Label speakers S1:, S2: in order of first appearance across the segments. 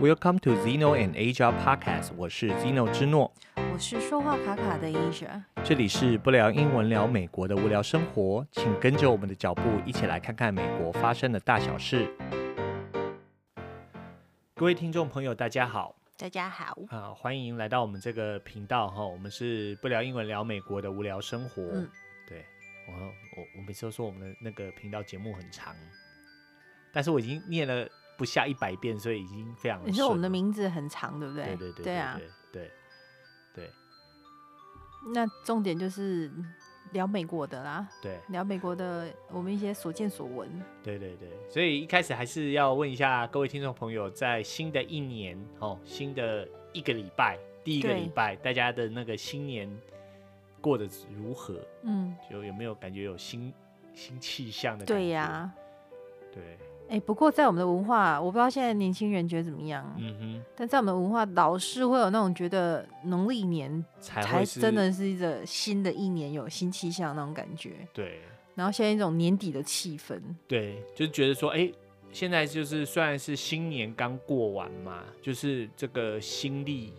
S1: Welcome to Zeno and Asia Podcast，我是 Zeno 之诺，
S2: 我是说话卡卡的 Asia。
S1: 这里是不聊英文聊美国的无聊生活，请跟着我们的脚步一起来看看美国发生的大小事。各位听众朋友，大家好
S2: 大家好，
S1: 啊、欢迎来到我们这个频道哈，我们是不聊英文聊美国的无聊生活。
S2: 嗯
S1: 对我我我每次都说我们的那个频道节目很长，但是我已经念了不下一百遍，所以已经非常
S2: 你说我们
S1: 顺
S2: 的
S1: 了
S2: 名字很长，对不对？
S1: 对对对
S2: 啊，
S1: 对对
S2: 那重点就是聊美国的啦，
S1: 对
S2: 聊美国的我们一些所见所闻。
S1: 对对对，所以一开始还是要问一下各位听众朋友，在新的一年哦，新的一个礼拜，第一个
S2: 对
S1: 礼拜，大家的那个新年过得如何？
S2: 嗯，
S1: 就有没有感觉有新新气象的感觉？
S2: 对呀、
S1: 对，
S2: 哎、不过在我们的文化，我不知道现在年轻人觉得怎么样，
S1: 嗯
S2: 但在我们的文化，老是会有那种觉得农历年
S1: 哼，才
S2: 才
S1: 会是
S2: 真的是一个新的一年有新气象那种感觉，
S1: 对
S2: 然后现在一种年底的气氛。
S1: 对，就是觉得说，哎、现在就是虽然是新年刚过完嘛，就是这个新历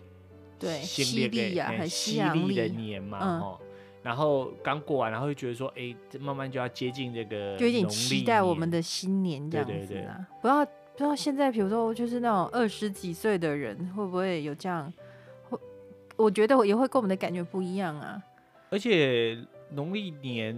S2: 对
S1: 新
S2: 西
S1: 历给
S2: 历啊
S1: 哎
S2: 还西
S1: 西
S2: 洋
S1: 历的
S2: 历
S1: 年嘛，
S2: 嗯
S1: 哦、然后刚过完，然后就觉得说，哎、这慢慢就要接近这个，
S2: 就有点期待我们。的新年这
S1: 对
S2: 样
S1: 对
S2: 子
S1: 对
S2: 啦。不知道不知道现在，比如说就是那种二十几岁的人，会不会有这样？会，我觉得也会跟我们的感觉不一样啊。
S1: 而且农历年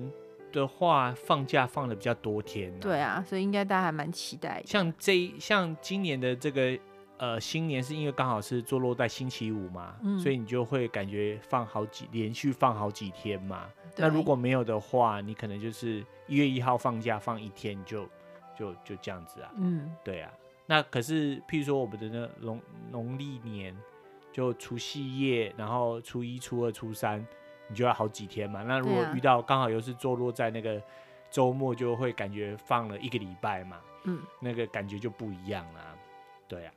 S1: 的话，放假放的比较多天、啊，
S2: 对啊，所以应该大家还蛮期待的。
S1: 像这一像今年的这个呃新年，是因为刚好是坐落在星期五嘛，
S2: 嗯
S1: 所以你就会感觉放好几连续放好几天嘛。那
S2: 对
S1: 如果没有的话，你可能就是一月一号放假放一天你就就就这样子啊，
S2: 嗯，
S1: 对啊。那可是譬如说我们的那农农历年，就除夕夜，然后初一、初二、初三，你就要好几天嘛。那如果
S2: 对啊
S1: 遇到刚好又是坐落在那个周末，就会感觉放了一个礼拜嘛。
S2: 嗯，
S1: 那个感觉就不一样啦、对呀、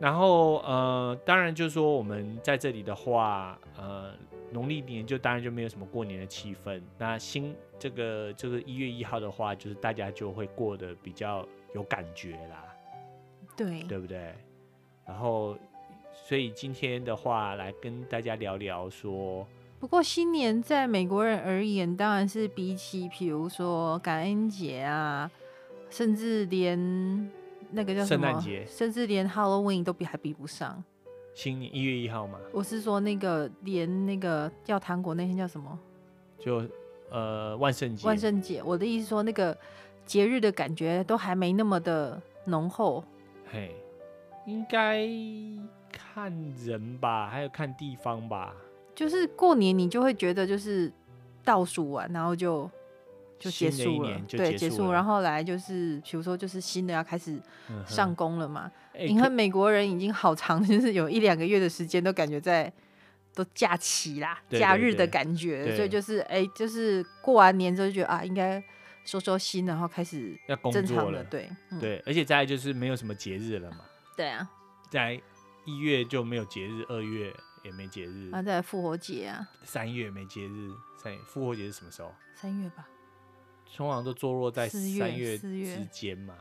S1: 然后呃，当然就是说我们在这里的话，呃，农历年就当然就没有什么过年的气氛。那新这个这个一月一号的话，就是大家就会过得比较有感觉啦，
S2: 对，
S1: 对不对？然后，所以今天的话来跟大家聊聊说，
S2: 不过新年在美国人而言，当然是比起比如说感恩节啊，甚至连那个叫什
S1: 圣
S2: 么
S1: 诞节
S2: 甚至连 Halloween 都比还比不上。
S1: 新年一月一号嘛，
S2: 我是说那个连那个要糖果那天叫什么？
S1: 就呃万圣节，
S2: 万圣节，我的意思说那个节日的感觉都还没那么的浓厚。
S1: 嘿，应该看人吧，还有看地方吧，
S2: 就是过年你就会觉得就是倒数完，然后就就结
S1: 新的一
S2: 束了
S1: 年，就
S2: 对，
S1: 结
S2: 结
S1: 束了
S2: 然后来就是比如说就是新的要开始
S1: 嗯哼
S2: 上工了嘛。
S1: 哎
S2: 你
S1: 可
S2: 看美国人已经好长， 就是有一两个月的时间都感觉在。都假期啦，
S1: 对
S2: 假
S1: 对
S2: 日
S1: 对
S2: 的感觉，
S1: 对
S2: 所以就是哎、就是过完年之后就觉得啊，应该收收心，然后开始
S1: 要工
S2: 正
S1: 作
S2: 常
S1: 了
S2: 的，，对、嗯、
S1: 对，而且再来就是没有什么节日了嘛，
S2: 对啊，
S1: 在一月就没有节日，二月也没节日，
S2: 然后再来复活节啊，
S1: 三月也没节日，三月复活节是什么时候？
S2: 三月吧，
S1: 通常都坐落在
S2: 四月
S1: 三月
S2: 四月
S1: 之间嘛。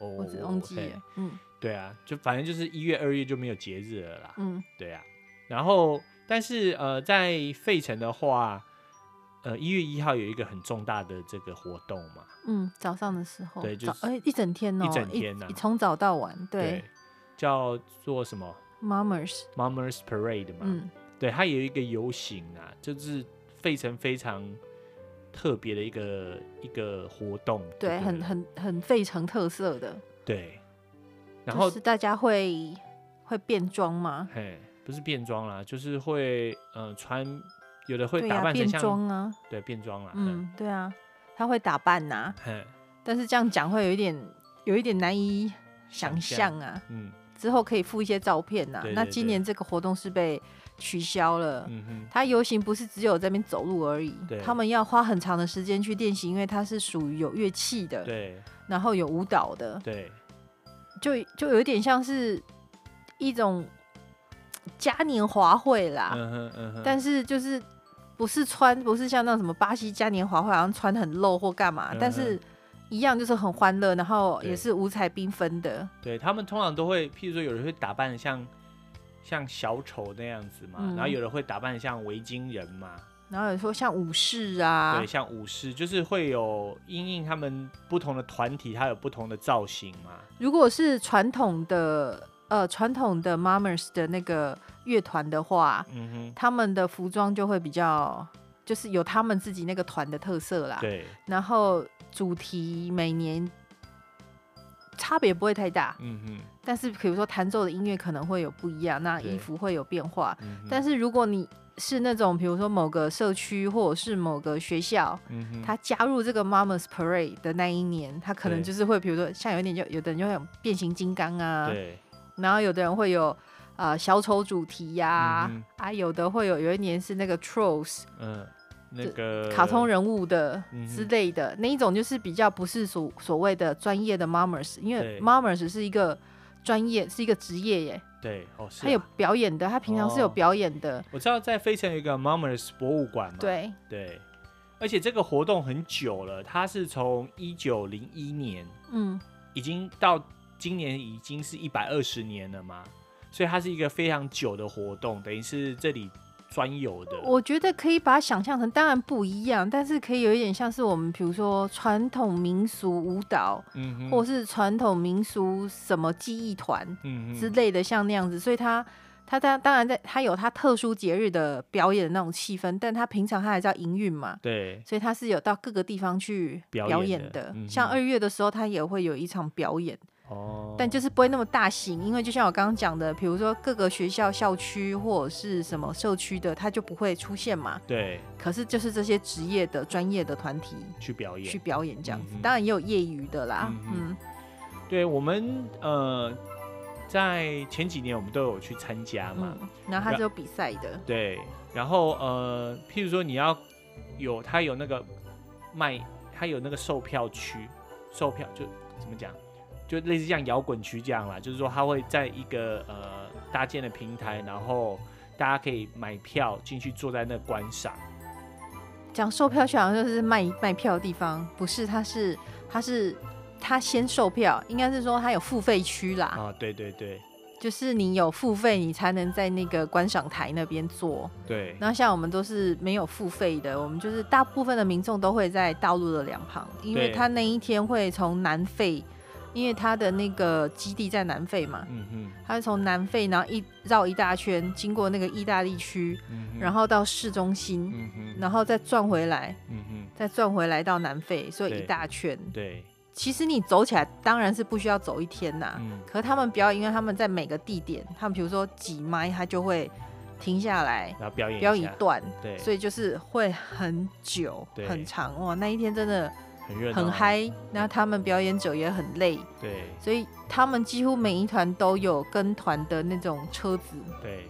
S1: 哦，
S2: 我只忘记
S1: 嘿
S2: 了。嗯
S1: 对啊，就反正就是一月、二月就没有节日了啦。
S2: 嗯，
S1: 对啊，然后但是呃，在费城的话，呃，一月一号有一个很重大的这个活动嘛，
S2: 嗯，早上的时候，
S1: 对就
S2: 早
S1: 是
S2: 哎、一整天哦、
S1: 一整天呐
S2: 一从早到晚，对
S1: 对，叫做什么
S2: m o m e r s
S1: Mummers Parade 嘛，
S2: 嗯，
S1: 对，它有一个游行啊，就是费城非常特别的一个一个活动，
S2: 对，
S1: 不
S2: 很很很费城特色的，
S1: 对，然
S2: 就
S1: 后、
S2: 是大家会会变装吗？
S1: 嘿，不是变装啦，就是会呃穿，有的会
S2: 对
S1: 打
S2: 啊，
S1: 扮成
S2: 变
S1: 像
S2: 装啊，
S1: 对变装啦，嗯，
S2: 嗯，对啊，他会打扮呐、
S1: 嘿，
S2: 但是这样讲会有一点有一点难以想
S1: 想象
S2: 象啊。
S1: 嗯
S2: 之后可以附一些照片呐、
S1: 对
S2: 那
S1: 对
S2: 今
S1: 对
S2: 年这个活动是被取消了，
S1: 嗯哼。
S2: 它游行不是只有在那边走路而已
S1: 对，
S2: 他们要花很长的时间去练习，因为它是属于有乐器的，
S1: 对
S2: 然后有舞蹈的，
S1: 对，
S2: 就就有点像是一种嘉年华会啦。
S1: 嗯哼嗯哼，
S2: 但是就是不是穿，不是像那种什么巴西嘉年华会，好像穿很露或干嘛，
S1: 嗯哼
S2: 但是一样就是很欢乐，然后
S1: 对
S2: 也是五彩缤纷的。
S1: 对他们通常都会，譬如说有人会打扮得像像小丑那样子嘛，
S2: 嗯
S1: 然后有人会打扮得像维京人嘛，
S2: 然后有说像武士啊
S1: 对，，像武士，就是会有因应他们不同的团体，它有不同的造型嘛。
S2: 如果是传统的呃传统的 Mummers 的那个乐团的话，
S1: 嗯
S2: 他们的服装就会比较，就是有他们自己那个团的特色啦
S1: 哼，。对，
S2: 然后主题每年差别不会太大，
S1: 嗯哼，
S2: 但是比如说弹奏的音乐可能会有不一样，那
S1: 对
S2: 衣服会有变化。
S1: 嗯哼，
S2: 但是如果你是那种比如说某个社区或者是某个学校，
S1: 嗯哼，
S2: 他加入这个 Mamas Parade 的那一年，他可能
S1: 对
S2: 就是会，比如说像有一点就有的人就会有变形金刚啊，
S1: 对，
S2: 然后有的人会有呃小丑主题呀、啊，
S1: 嗯
S2: 有的会有有一年是那个 Trolls
S1: 嗯、那个
S2: 卡通人物的
S1: 呃嗯哼
S2: 之类的、那一种，就是比较不是所所谓的专业的 Mamas，因为
S1: 对
S2: Mamas 是一个专业，是一个职业耶，
S1: 对哦是、
S2: 他有
S1: 啊，
S2: 表演的，他平常是有
S1: 哦
S2: 表演的，
S1: 我知道在费城有一个 Mummers 博物馆嘛，
S2: 对，
S1: 对，而且这个活动很久了，它是从一九零一年
S2: 嗯，
S1: 已经到今年已经是一百二十年了嘛，所以它是一个非常久的活动，等于是这里专有的。
S2: 我觉得可以把它想象成，当然不一样，但是可以有一点像是我们，比如说传统民俗舞蹈，
S1: 嗯哼
S2: 或是传统民俗什么技艺团
S1: 嗯
S2: 之
S1: 哼，
S2: 类的，像那样子。所以它它它当然在它有它特殊节日的表演的那种气氛，但它平常它还是要营运嘛。
S1: 对，
S2: 所以它是有到各个地方去
S1: 表
S2: 表
S1: 演
S2: 演
S1: 的
S2: 的，
S1: 嗯
S2: 像
S1: 哼
S2: 二月的时候，它也会有一场表演，
S1: 哦，
S2: 但就是不会那么大型，因为就像我刚刚讲的，比如说各个学校校区或者是什么社区的，它就不会出现嘛。
S1: 对
S2: 可是就是这些职业的专业的团体
S1: 去表演
S2: 去，表演这样子，
S1: 嗯哼
S2: 当然也有业余的啦，
S1: 嗯
S2: 嗯
S1: 对我们呃，在前几年我们都有去参加嘛，
S2: 嗯，然后它是有比赛的，
S1: 对，然后呃，譬如说你要有它有那个卖，它有那个售票区，售票就怎么讲，就类似像摇滚区这样啦，就是说它会在一个呃搭建的平台，然后大家可以买票进去坐在那观赏，
S2: 讲售票区好像就是卖卖票的地方，不是，它是它是它先售票，应该是说它有付费区啦，
S1: 啊，对对对
S2: 就是你有付费，你才能在那个观赏台那边坐。
S1: 对，
S2: 然后像我们都是没有付费的，我们就是大部分的民众都会在道路的两旁，因为
S1: 对
S2: 它那一天会从南非，因为它的那个基地在南非嘛，
S1: 嗯哼，
S2: 它是从南非，然后一绕一大圈，经过那个意大利区，
S1: 嗯哼，
S2: 然
S1: 后
S2: 后到市中心，
S1: 嗯哼，
S2: 然后再转回来，
S1: 嗯哼，
S2: 再转回来到南非，所以
S1: 对
S2: 一大圈。
S1: 对，
S2: 其实你走起来当然是不需要走一天呐、
S1: 嗯
S2: 可是他们表演，因为他们在每个地点，他们比如说几麦，他就会停下来
S1: 然后表演
S2: 表演
S1: 一
S2: 一
S1: 下，
S2: 段，
S1: 对，
S2: 所以就是会很久
S1: 对
S2: 很长哇，那一天真的
S1: 很热闹，
S2: 很，嗨。那他们表演者也很累，
S1: 对
S2: 所以他们几乎每一团都有跟团的那种车子，
S1: 对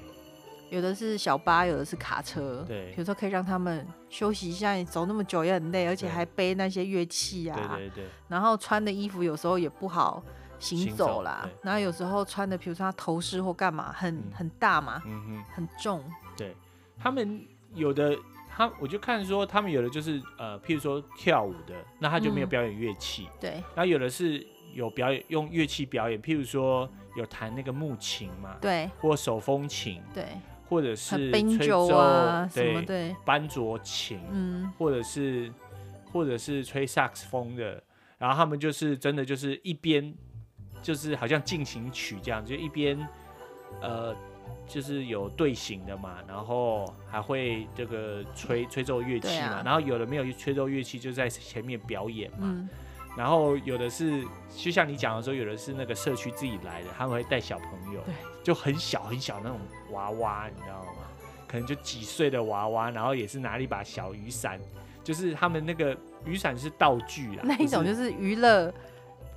S2: 有的是小巴，有的是卡车。
S1: 对
S2: 比如说可以让他们休息一下，你走那么久也很累，而且
S1: 对
S2: 还背那些乐器
S1: 对
S2: 啊，
S1: 对对，
S2: 然后穿的衣服有时候也不好行
S1: 行
S2: 走
S1: 走
S2: 啦
S1: 对，
S2: 然后有时候穿的，比如说他头饰或干嘛，很、
S1: 嗯
S2: 很大嘛，
S1: 嗯哼。
S2: 很重，
S1: 他们有的，他我就看说，他们有的就是呃，譬如说跳舞的，那他就没有
S2: 嗯
S1: 表演乐器；
S2: 对
S1: 然后有的是有表演用乐器表演，譬如说有弹那个木琴嘛，
S2: 对
S1: 或手风琴，
S2: 对，
S1: 或者
S2: 很
S1: 是
S2: 冰
S1: 吹
S2: 酒
S1: 奏，
S2: 啊什么
S1: 对，
S2: 对，
S1: 班卓琴，
S2: 嗯，
S1: 或者是或者是吹萨克斯风的。然后他们就是真的就是一边就是好像进行曲这样，就一边呃就是有队形的嘛，然后还会这个吹吹奏乐器
S2: 对
S1: 嘛，
S2: 啊
S1: 然后有的没有吹奏乐器就在前面表演嘛，
S2: 嗯，
S1: 然后有的是就像你讲的说，有的是那个社区自己来的，他们会带小朋友
S2: 对，
S1: 就很小很小那种娃娃，你知道吗？可能就几岁的娃娃，然后也是拿了一把小雨伞，就是他们那个雨伞是道具啦，
S2: 那一种
S1: 不
S2: 就是是娱乐，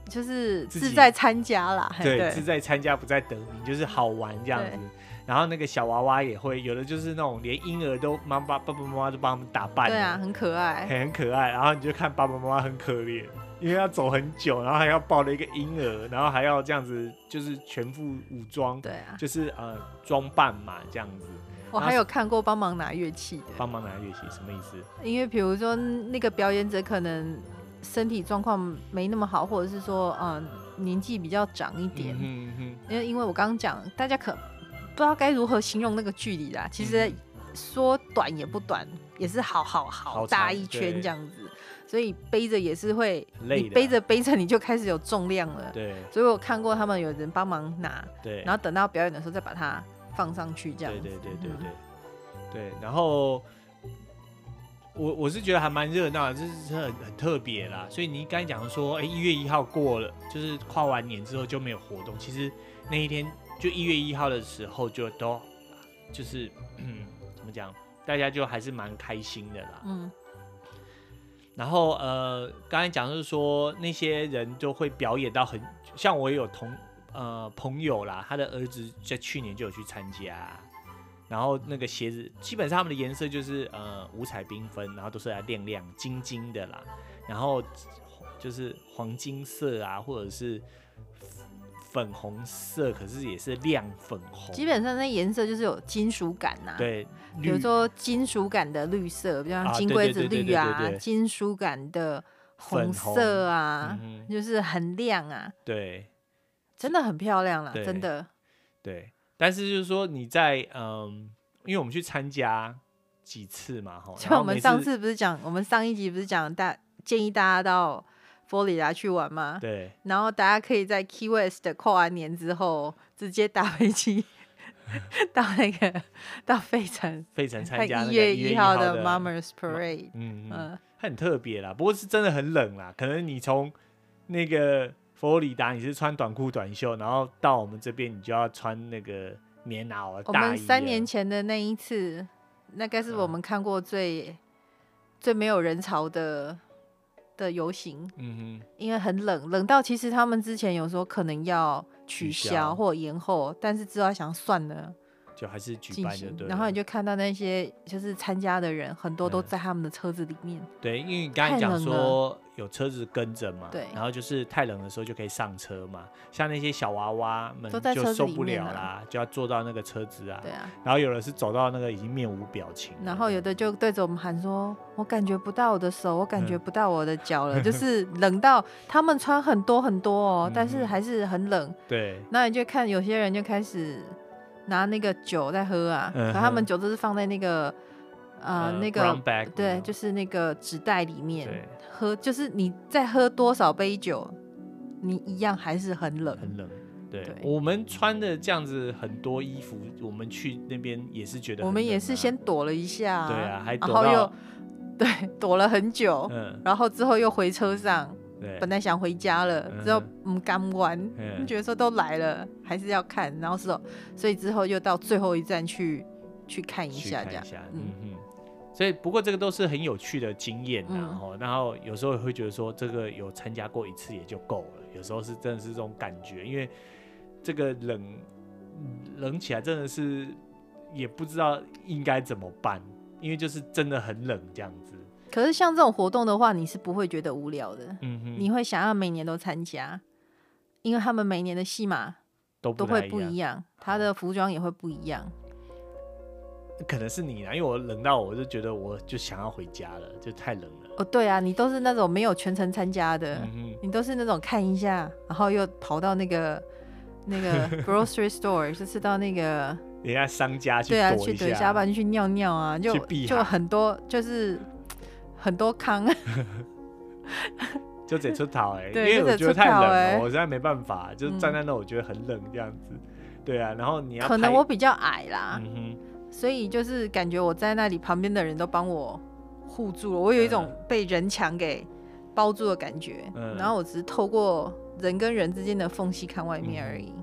S2: 就是
S1: 自
S2: 自
S1: 己
S2: 在参加啦，嘿
S1: 对，是
S2: 对
S1: 在参加不在得名，就是好玩这样子
S2: 对。
S1: 然后那个小娃娃也会，有的就是那种连婴儿都妈妈爸爸妈妈都帮他们打扮，
S2: 对啊，，很可爱，
S1: 哎很可爱。然后你就看爸爸妈妈很可怜，因为要走很久，然后还要抱了一个婴儿，然后还要这样子，就是全副武装，
S2: 对啊，
S1: 就是呃装扮嘛这样子，
S2: 我还有看过帮忙拿乐器的，
S1: 帮忙拿乐器什么意思？
S2: 因为比如说那个表演者可能身体状况没那么好，或者是说呃年纪比较长一点，
S1: 嗯哼
S2: 因为因为我刚刚讲，大家可不知道该如何形容那个距离啦。其实
S1: 嗯
S2: 说短也不短，也是好好好
S1: 好
S2: 大
S1: 长
S2: 一圈
S1: 对
S2: 这样子，所以背着也是会，
S1: 哼，累
S2: 你
S1: 的
S2: 背着背着你就开始有重量了。
S1: 对
S2: 所以我看过他们有人帮忙拿，
S1: 对，
S2: 然后等到表演的时候再把它放上去这样
S1: 对
S2: 子。
S1: 对对对
S2: 嗯
S1: 对对，然后我我是觉得还蛮热闹的，这是很很特别啦。所以你刚才讲说，哎，一月一号过了，就是跨完年之后就没有活动。其实那一天就一月一号的时候，就都就是 嗯，怎么讲，大家就还是蛮开心的啦。
S2: 嗯，
S1: 然后呃，刚才讲就是说那些人就会表演到很，像我也有同呃朋友啦，他的儿子在去年就有去参加，然后那个鞋子基本上他们的颜色就是呃五彩缤纷，然后都是来亮亮晶晶的啦，然后就是黄金色啊，或者是粉红色，可是也是亮粉红，
S2: 基本上那颜色就是有金属感呐、，
S1: 对，
S2: 比如
S1: 绿
S2: 说金属感的绿色，比如像
S1: 啊
S2: 金
S1: 对
S2: 龟
S1: 对
S2: 子
S1: 对对
S2: 绿
S1: 对
S2: 啊，
S1: 对对
S2: 金属感的红
S1: 粉红
S2: 色啊，
S1: 嗯哼
S2: 就是很亮啊。
S1: 对。
S2: 真的很漂亮啦，
S1: 对
S2: 真的。
S1: 对，但是就是说你在嗯，因为我们去参加几次嘛，哈，然
S2: 像
S1: 后
S2: 我们
S1: 每
S2: 上次不是讲，我们上一集不是讲大建议大家到佛罗里达去玩吗？
S1: 对
S2: 然后大家可以在 Key West 跨完年之后，直接打飞机 到那个到费城，
S1: 费城参
S2: 看
S1: 加那个1
S2: 一
S1: 月
S2: 一
S1: 1
S2: 号
S1: 号
S2: 的
S1: 的
S2: Mummers Parade。
S1: 嗯嗯，
S2: 嗯，
S1: 它很特别啦，不过是真的很冷啦，可能你从那个佛罗里达你是穿短裤短袖，然后到我们这边你就要穿那个棉袄啊
S2: 我
S1: 大衣嗯
S2: 们
S1: 了，
S2: 三年前的那一次，那该是我们看过最、最没有人潮的的游行。
S1: 嗯哼，
S2: 因为很冷，冷到其实他们之前有说可能要取
S1: 取
S2: 消
S1: 消
S2: 或延后，但是之后想算了
S1: 就还是举
S2: 进
S1: 办就
S2: 行
S1: 对，了，
S2: 然后你就看到那些就是参加的人很多都
S1: 嗯
S2: 在他们的车子里面，
S1: 对，因为你刚
S2: 太
S1: 才讲
S2: 冷
S1: 说有车子跟着嘛，
S2: 对
S1: 然后就是太冷的时候就可以上车嘛，像那些小娃娃们
S2: 都在车
S1: 就
S2: 子
S1: 受
S2: 里
S1: 不
S2: 面
S1: 了
S2: 啊
S1: 啦，就要坐到那个车子啊，
S2: 对啊，
S1: 然后有的是走到那个已经面无表情了，
S2: 然后有的就对着我们喊说：“我感觉不到我的手，我
S1: 嗯
S2: 感觉不到我的脚 了。”就是冷到他们穿很多很多哦，但是
S1: 嗯
S2: 还是很冷。
S1: 对
S2: 那你就看有些人就开始拿那个酒在喝啊，
S1: 嗯
S2: 可他们
S1: 哼
S2: 酒都是放在那个呃那个
S1: brown bag，
S2: 对，就是那个纸袋里面
S1: 对
S2: 喝，就是你再喝多少杯酒，你一样还是很冷。
S1: 很冷。对
S2: 对
S1: 我们穿的这样子很多衣服，我们去那边也是觉得很冷啊、
S2: 我们也是先躲了一下、
S1: 对啊，还
S2: 然
S1: 躲
S2: 后又
S1: 到
S2: 对躲了很久，
S1: 嗯，
S2: 然后之后又回车上，
S1: 对
S2: 本来想回家了，之后嗯刚玩，
S1: 嗯
S2: 觉得说都来了，还是要看，然后是哦，所以之后又到最后一站去去看一
S1: 去
S2: 下
S1: 看
S2: 这样
S1: 一，下，
S2: 嗯
S1: 嗯嗯。所以，不过这个都是很有趣的经验呐、
S2: 嗯
S1: 然后、然后有时候也会觉得说，这个有参加过一次也就够了。有时候是真的是这种感觉，因为这个冷冷起来真的是也不知道应该怎么办，因为就是真的很冷这样子。
S2: 可是像这种活动的话，你是不会觉得无聊的，
S1: 嗯哼，
S2: 你会想要每年都参加，因为他们每年的戏码
S1: 都
S2: 都
S1: 不
S2: 会
S1: 太
S2: 不一
S1: 样，
S2: 样，他的服装也会不一样。
S1: 可能是你啦，因为我冷到我就觉得我就想要回家了，就太冷了。
S2: 哦，对啊，你都是那种没有全程参加的，
S1: 嗯
S2: 你都是那种看一下，然后又跑到那个 那个 grocery store，就是到那个
S1: 哼，人家商家去
S2: 对啊，
S1: 躲
S2: 去
S1: 一
S2: 等一
S1: 下
S2: 下，不然就去尿尿啊，就
S1: 去避
S2: 就
S1: 寒
S2: 很多就是很多坑，
S1: 就得出逃哎、欸，因
S2: 对
S1: 为
S2: 就得
S1: 我觉得
S2: 出
S1: 太
S2: 逃
S1: 冷了，
S2: 欸
S1: 我实在没办法，就
S2: 嗯
S1: 站在那我觉得很冷这样子。对啊，然后你要
S2: 可能
S1: 拍
S2: 我比较矮啦，
S1: 嗯哼，
S2: 所以就是感觉我在那里旁边的人都帮我护住了，我有一种被人墙给包住的感觉，
S1: 嗯
S2: 然后我只是透过人跟人之间的缝隙看外面
S1: 嗯
S2: 而已。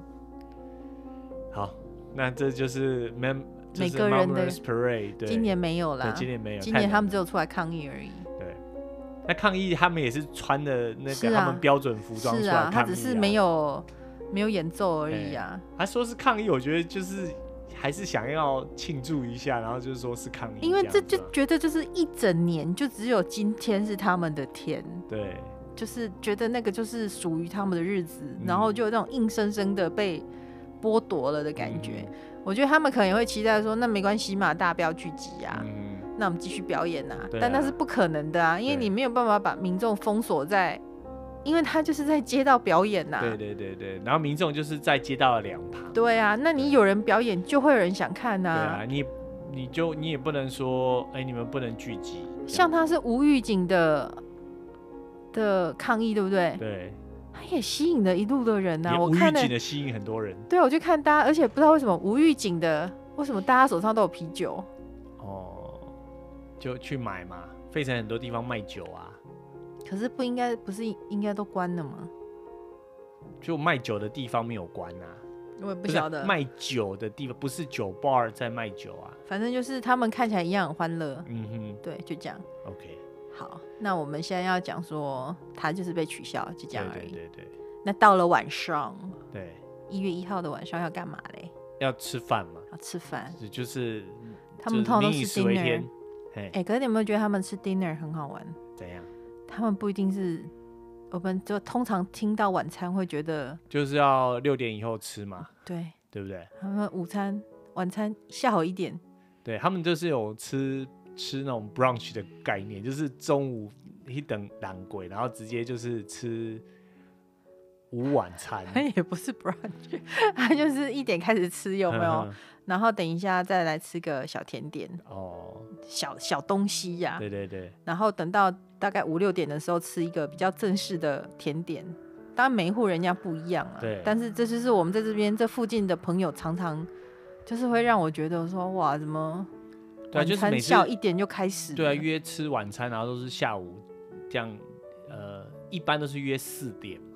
S1: 好，那这就是 mem 就
S2: 每
S1: 是
S2: 个人的
S1: Mammers Parade，对，
S2: 今年没有
S1: 对
S2: 啦，
S1: 今年没有，
S2: 今
S1: 太
S2: 年
S1: 冷
S2: 他们
S1: 了
S2: 只有出来抗议而已。
S1: 对。那抗议他们也是穿的那
S2: 是
S1: 个他
S2: 啊
S1: 们标准服装出
S2: 是
S1: 来
S2: 啊，
S1: 抗议、
S2: 他只是没。有没有演奏而已啊。
S1: 他说是抗议，我觉得就是还是想要庆祝一下，然后就是说是抗议样
S2: 因
S1: 子啊，
S2: 为这就觉得就是一整年就只有今天是他们的天，
S1: 啊对
S2: 就是觉得那个就是属于他们的日子，
S1: 嗯
S2: 然后就有那种硬生生的被剥
S1: 嗯
S2: 夺了的感觉。我觉得他们可能也会期待说，那没关系嘛，大家不要聚集啊，
S1: 嗯，
S2: 那我们继续表演呐、啊
S1: 对
S2: 但那
S1: 啊
S2: 是不可能的啊，因为
S1: 对
S2: 你没有办法把民众封锁在，因为他就是在街道表演啊呐、
S1: 对对对对，然后民众就是在街道的两旁，
S2: 对啊，那你有人表演，就会有人想看呐、
S1: 嗯对啊，你你就你也不能说，哎，你们不能聚集，这
S2: 像
S1: 样
S2: 他是无预警的的抗议，对不对？
S1: 对，
S2: 他也吸引了一路的人呐、啊
S1: 也
S2: 我
S1: 无预
S2: 看了
S1: 警，的吸引很多人
S2: 对，我就看大家，而且不知道为什么无预警的，为什么大家手上都有啤酒？
S1: 哦，就去买嘛，费城很多地方卖酒啊，
S2: 可是不应该，不是应该都关了吗？
S1: 就卖酒的地方没有关啊，
S2: 我也不
S1: 不是
S2: 晓得，
S1: 卖酒的地方不是酒 bar 在卖酒啊，
S2: 反正就是他们看起来一样很欢乐，
S1: 嗯
S2: 对，就这样。
S1: 哼，OK，
S2: 好，那我们现在要讲说，他就是被取消，就这
S1: 对
S2: 样而
S1: 对
S2: 已。
S1: 对对
S2: 那到了晚上，
S1: 对，
S2: 一月一号的晚上要干嘛嘞？
S1: 要吃饭嘛，
S2: 要吃饭。
S1: 是就是
S2: 他们
S1: 就是
S2: 通常都
S1: 民以
S2: 吃
S1: 食为
S2: dinner
S1: 天，哎、
S2: 哎、可是你有没有觉得他们吃 dinner 很好玩？
S1: 怎样？
S2: 他们不一定是，我们就通常听到晚餐会觉得，
S1: 就是要六点以后吃嘛，
S2: 对
S1: 对不对？
S2: 他们午餐、晚餐下午一点，
S1: 对他们就是有吃吃那种 brunch 的概念，就是中午一等懒鬼，然后直接就是吃午晚餐，
S2: 他也不是 brunch，他 就是一点开始吃，有没
S1: 嗯
S2: 有？？然后等一下再来吃个小甜点、
S1: 哦，
S2: 小小东西呀、
S1: 对对对，
S2: 然后等到大概五六点的时候吃一个比较正式的甜点。当然每一户人家不一样啊
S1: 对，
S2: 但是这就是我们在这边这附近的朋友常常就是会让我觉得说哇，怎么
S1: 对啊，
S2: 晚
S1: 就是
S2: 餐
S1: 每次
S2: 下午一点就开始了？
S1: 对啊约吃晚餐，然后都是下午这样，呃，一般都是约四点嘛，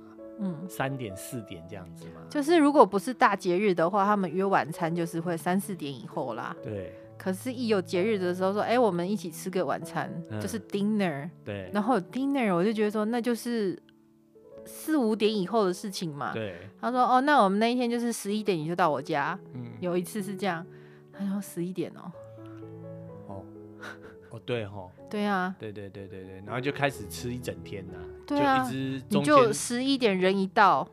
S2: 嗯，
S1: 三点四点这样子嘛，
S2: 就是如果不是大节日的话，他们约晚餐就是会三四点以后啦。
S1: 对
S2: 可是，一有节日的时候说，哎、我们一起吃个晚餐，
S1: 嗯
S2: 就是 dinner，
S1: 对
S2: 然后有 dinner，我就觉得说那就是四五点以后的事情嘛。
S1: 对，
S2: 他说，哦，那我们那一天就是十一点你就到我家。
S1: 嗯，
S2: 有一次是这样，他说十一点哦，
S1: 哦哦对吼。
S2: 对啊，
S1: 对对对对对，然后就开始吃一整天呐、
S2: 对啊
S1: 就一直
S2: 你
S1: 中间
S2: 就十一点人一到，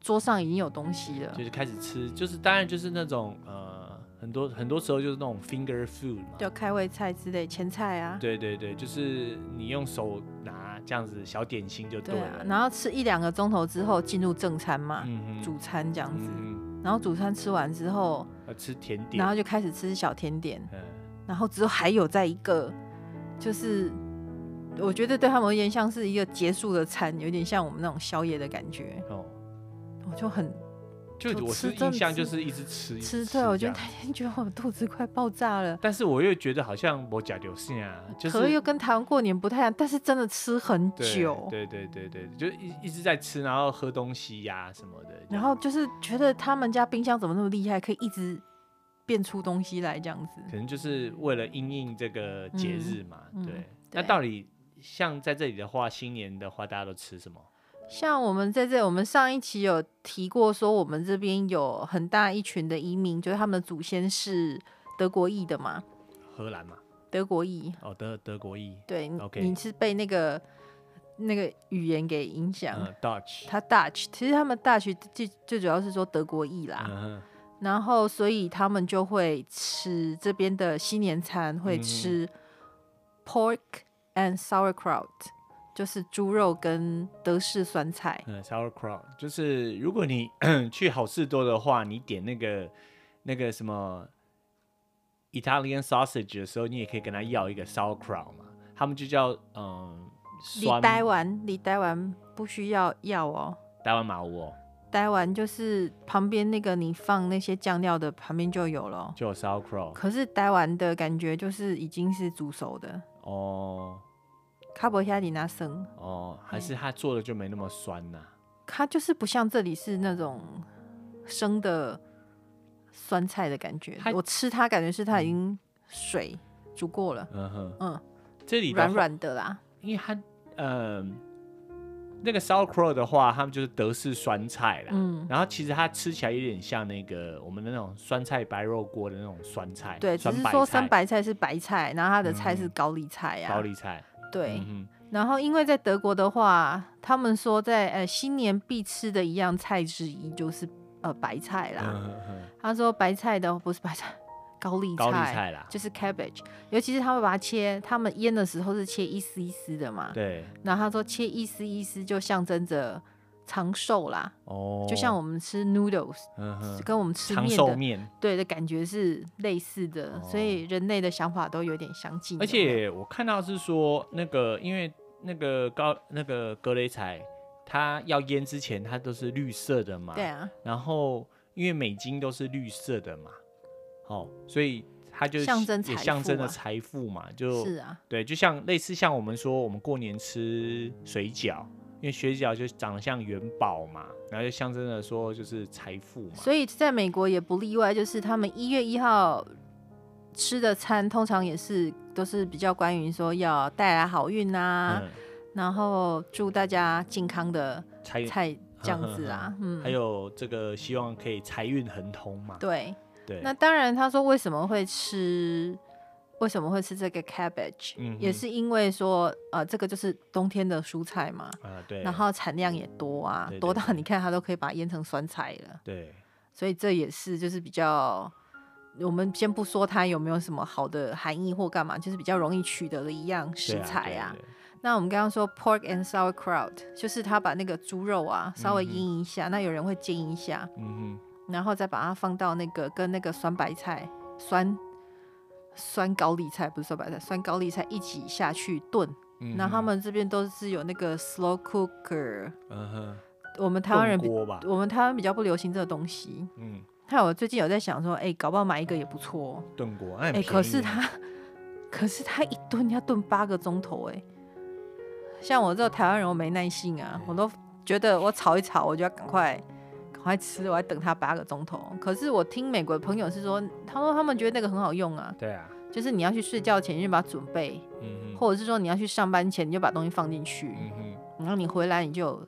S2: 桌上已经有东西了
S1: 就。是开始吃，就是当然就是那种呃，很多很多时候就是那种 finger food 嘛。
S2: 就开胃菜之类，前菜啊，
S1: 对对对，就是你用手拿这样子小点心就
S2: 对
S1: 了。
S2: 啊，然后吃一两个钟头之后进入正餐嘛，
S1: 嗯
S2: 主
S1: 这
S2: 餐这样子，
S1: 嗯
S2: 然后主餐吃完之后，
S1: 嗯，要吃甜点，
S2: 然后就开始吃小甜点，
S1: 嗯
S2: 然后之后还有在一个，就是我觉得对他们而言像是一个结束的餐，有点像我们那种宵夜的感觉，
S1: 哦，
S2: 我就很
S1: 就
S2: 就
S1: 我
S2: 吃
S1: 是
S2: 真
S1: 印
S2: 的
S1: 象
S2: 吃
S1: 就是一直吃一直
S2: 吃，
S1: 吃
S2: 对我觉
S1: 这
S2: 得
S1: 样
S2: 他已经 觉得我肚子快爆炸了。
S1: 但是我又觉得好像我假流性啊，就
S2: 可
S1: 是
S2: 又跟台湾过年不太一样，但是真的吃很
S1: 对
S2: 久，
S1: 对对对对，就一一直在吃，然后喝东西呀、什么的这样，
S2: 然后就是觉得他们家冰箱怎么那么厉害，可以一直变出东西来这样子。
S1: 可能就是为了因应这个节日嘛，
S2: 嗯嗯
S1: 对
S2: 对。
S1: 那到底像在这里的话，新年的话，大家都吃什么？
S2: 像我们在这，我们上一期有提过，说我们这边有很大一群的移民，就是他们的祖先是德国裔的嘛，
S1: 荷兰嘛，
S2: 德国裔。
S1: 哦，德德国裔，
S2: 对你
S1: OK
S2: 你是被那个那个语言给影响。
S1: 嗯，Dutch，
S2: 他 Dutch，其实他们 Dutch 最最主要是说德国裔啦，
S1: 嗯哼，
S2: 然后所以他们就会吃这边的新年餐，会
S1: 嗯
S2: 吃 pork and sauerkraut，就是猪肉跟德式酸菜。
S1: 嗯，sauerkraut，就是如果你 去好事多的话，你点那个那个什么 Italian sausage 的时候，你也可以跟他要一个 sauerkraut 嘛，他们就叫嗯
S2: 你
S1: 酸
S2: 待完，你待完不需要药哦。
S1: 台湾麻乌哦，
S2: 待完就是旁边那个你放那些酱料的旁边就有了哦。
S1: 就有 sauerkraut
S2: 可是待完的感觉就是已经是煮熟的，
S1: 哦
S2: 卡博虾里那生，
S1: 哦，还是他做的就没那么酸呐、
S2: 它就是不像这里是那种生的酸菜的感觉
S1: 它。
S2: 我吃它感觉是它已经水煮过了，
S1: 嗯哼，
S2: 嗯，
S1: 这里的
S2: 软
S1: 话
S2: 软的啦。
S1: 因为它嗯、那个 sauerkraut 的话，他们就是德式酸菜啦。
S2: 嗯，
S1: 然后其实它吃起来有点像那个我们的那种酸菜白肉锅的那种酸菜，
S2: 对，只
S1: 酸
S2: 是
S1: 白
S2: 说
S1: 菜
S2: 生白菜是白菜，然后它的菜是
S1: 嗯
S2: 高丽菜呀、
S1: 高丽菜。
S2: 对，
S1: 嗯
S2: 然后，因为在德国的话，他们说在呃新年必吃的一样菜之一就是呃白菜
S1: 哼
S2: 啦。
S1: 嗯哼哼嗯
S2: 他说白菜的不是白菜，高丽
S1: 高丽
S2: 菜，
S1: 菜啦，
S2: 就是 cabbage，尤其是他们把它切，他们腌的时候是切一丝一丝的嘛，
S1: 对，
S2: 然后他说切一丝一丝就象征着长寿啦，
S1: 哦，
S2: 就像我们吃 noodles，、
S1: 嗯哼
S2: 跟我们吃
S1: 长
S2: 面
S1: 寿
S2: 的
S1: 面，哦
S2: 对的感觉是类似的，所以人类的想法都有点相近。
S1: 而
S2: 有没有
S1: 且我看到是说那个，因为那个高那个格雷彩，它要腌之前它都是绿色的嘛，
S2: 对啊，
S1: 然后因为美金都是绿色的嘛，哦，所以它就
S2: 象征
S1: 也
S2: 财
S1: 象征
S2: 富
S1: 了
S2: 啊
S1: 财富嘛，就是
S2: 啊，
S1: 对，就像类似像我们说我们过年吃水饺，因为水饺就长得像元宝嘛，然后就象征了说就是财富嘛，
S2: 所以在美国也不例外，就是他们一月一号吃的餐通常也是都是比较关于说要带来好运啊，
S1: 嗯，
S2: 然后祝大家健康的
S1: 财
S2: 菜这样子啊，嗯，
S1: 还有这个希望可以财运亨通嘛，
S2: 对，
S1: 对，
S2: 那当然他说为什么会吃。为什么会吃这个 cabbage？、
S1: 嗯哼
S2: 也是因为说，呃，这个就是冬天的蔬菜嘛，
S1: 啊对，
S2: 然后产量也多啊，
S1: 对对
S2: 多到
S1: 对
S2: 你看它都可以把它腌成酸菜了，
S1: 对，
S2: 所以这也是就是比较，我们先不说它有没有什么好的含义或干嘛，就是比较容易取得的一样食
S1: 对啊
S2: 材
S1: 对
S2: 啊。
S1: 对
S2: 那我们刚刚说 pork and sauerkraut，就是它把那个猪肉啊稍微
S1: 嗯哼
S2: 腌一下，那有人会煎一下，
S1: 嗯
S2: 然后再把它放到那个跟那个酸白菜酸。酸高丽菜不是酸白菜，酸高丽菜一起下去炖。
S1: 哼，
S2: 然后他
S1: 嗯
S2: 们这边都是有那个 slow cooker，
S1: 哼嗯哼，
S2: 我们台湾人
S1: 炖
S2: 比
S1: 锅吧，
S2: 我们台湾比较不流行这个东西。
S1: 嗯，
S2: 还有我最近有在想说，哎、搞不好买一个也不错哦、
S1: 炖锅，哎、
S2: 哎、可是它，可是它一炖要炖八个钟头、哎，像我这种台湾人，我没耐性啊，
S1: 嗯
S2: 我都觉得我炒一炒，我就要赶快赶快吃，我要等它八个钟头。可是我听美国的朋友是说，他说他们觉得那个很好用啊，
S1: 对啊，
S2: 就是你要去睡觉前就把它准备，
S1: 嗯哼，
S2: 或者是说你要去上班前你就把东西放进去，
S1: 嗯哼，
S2: 然后你回来你就有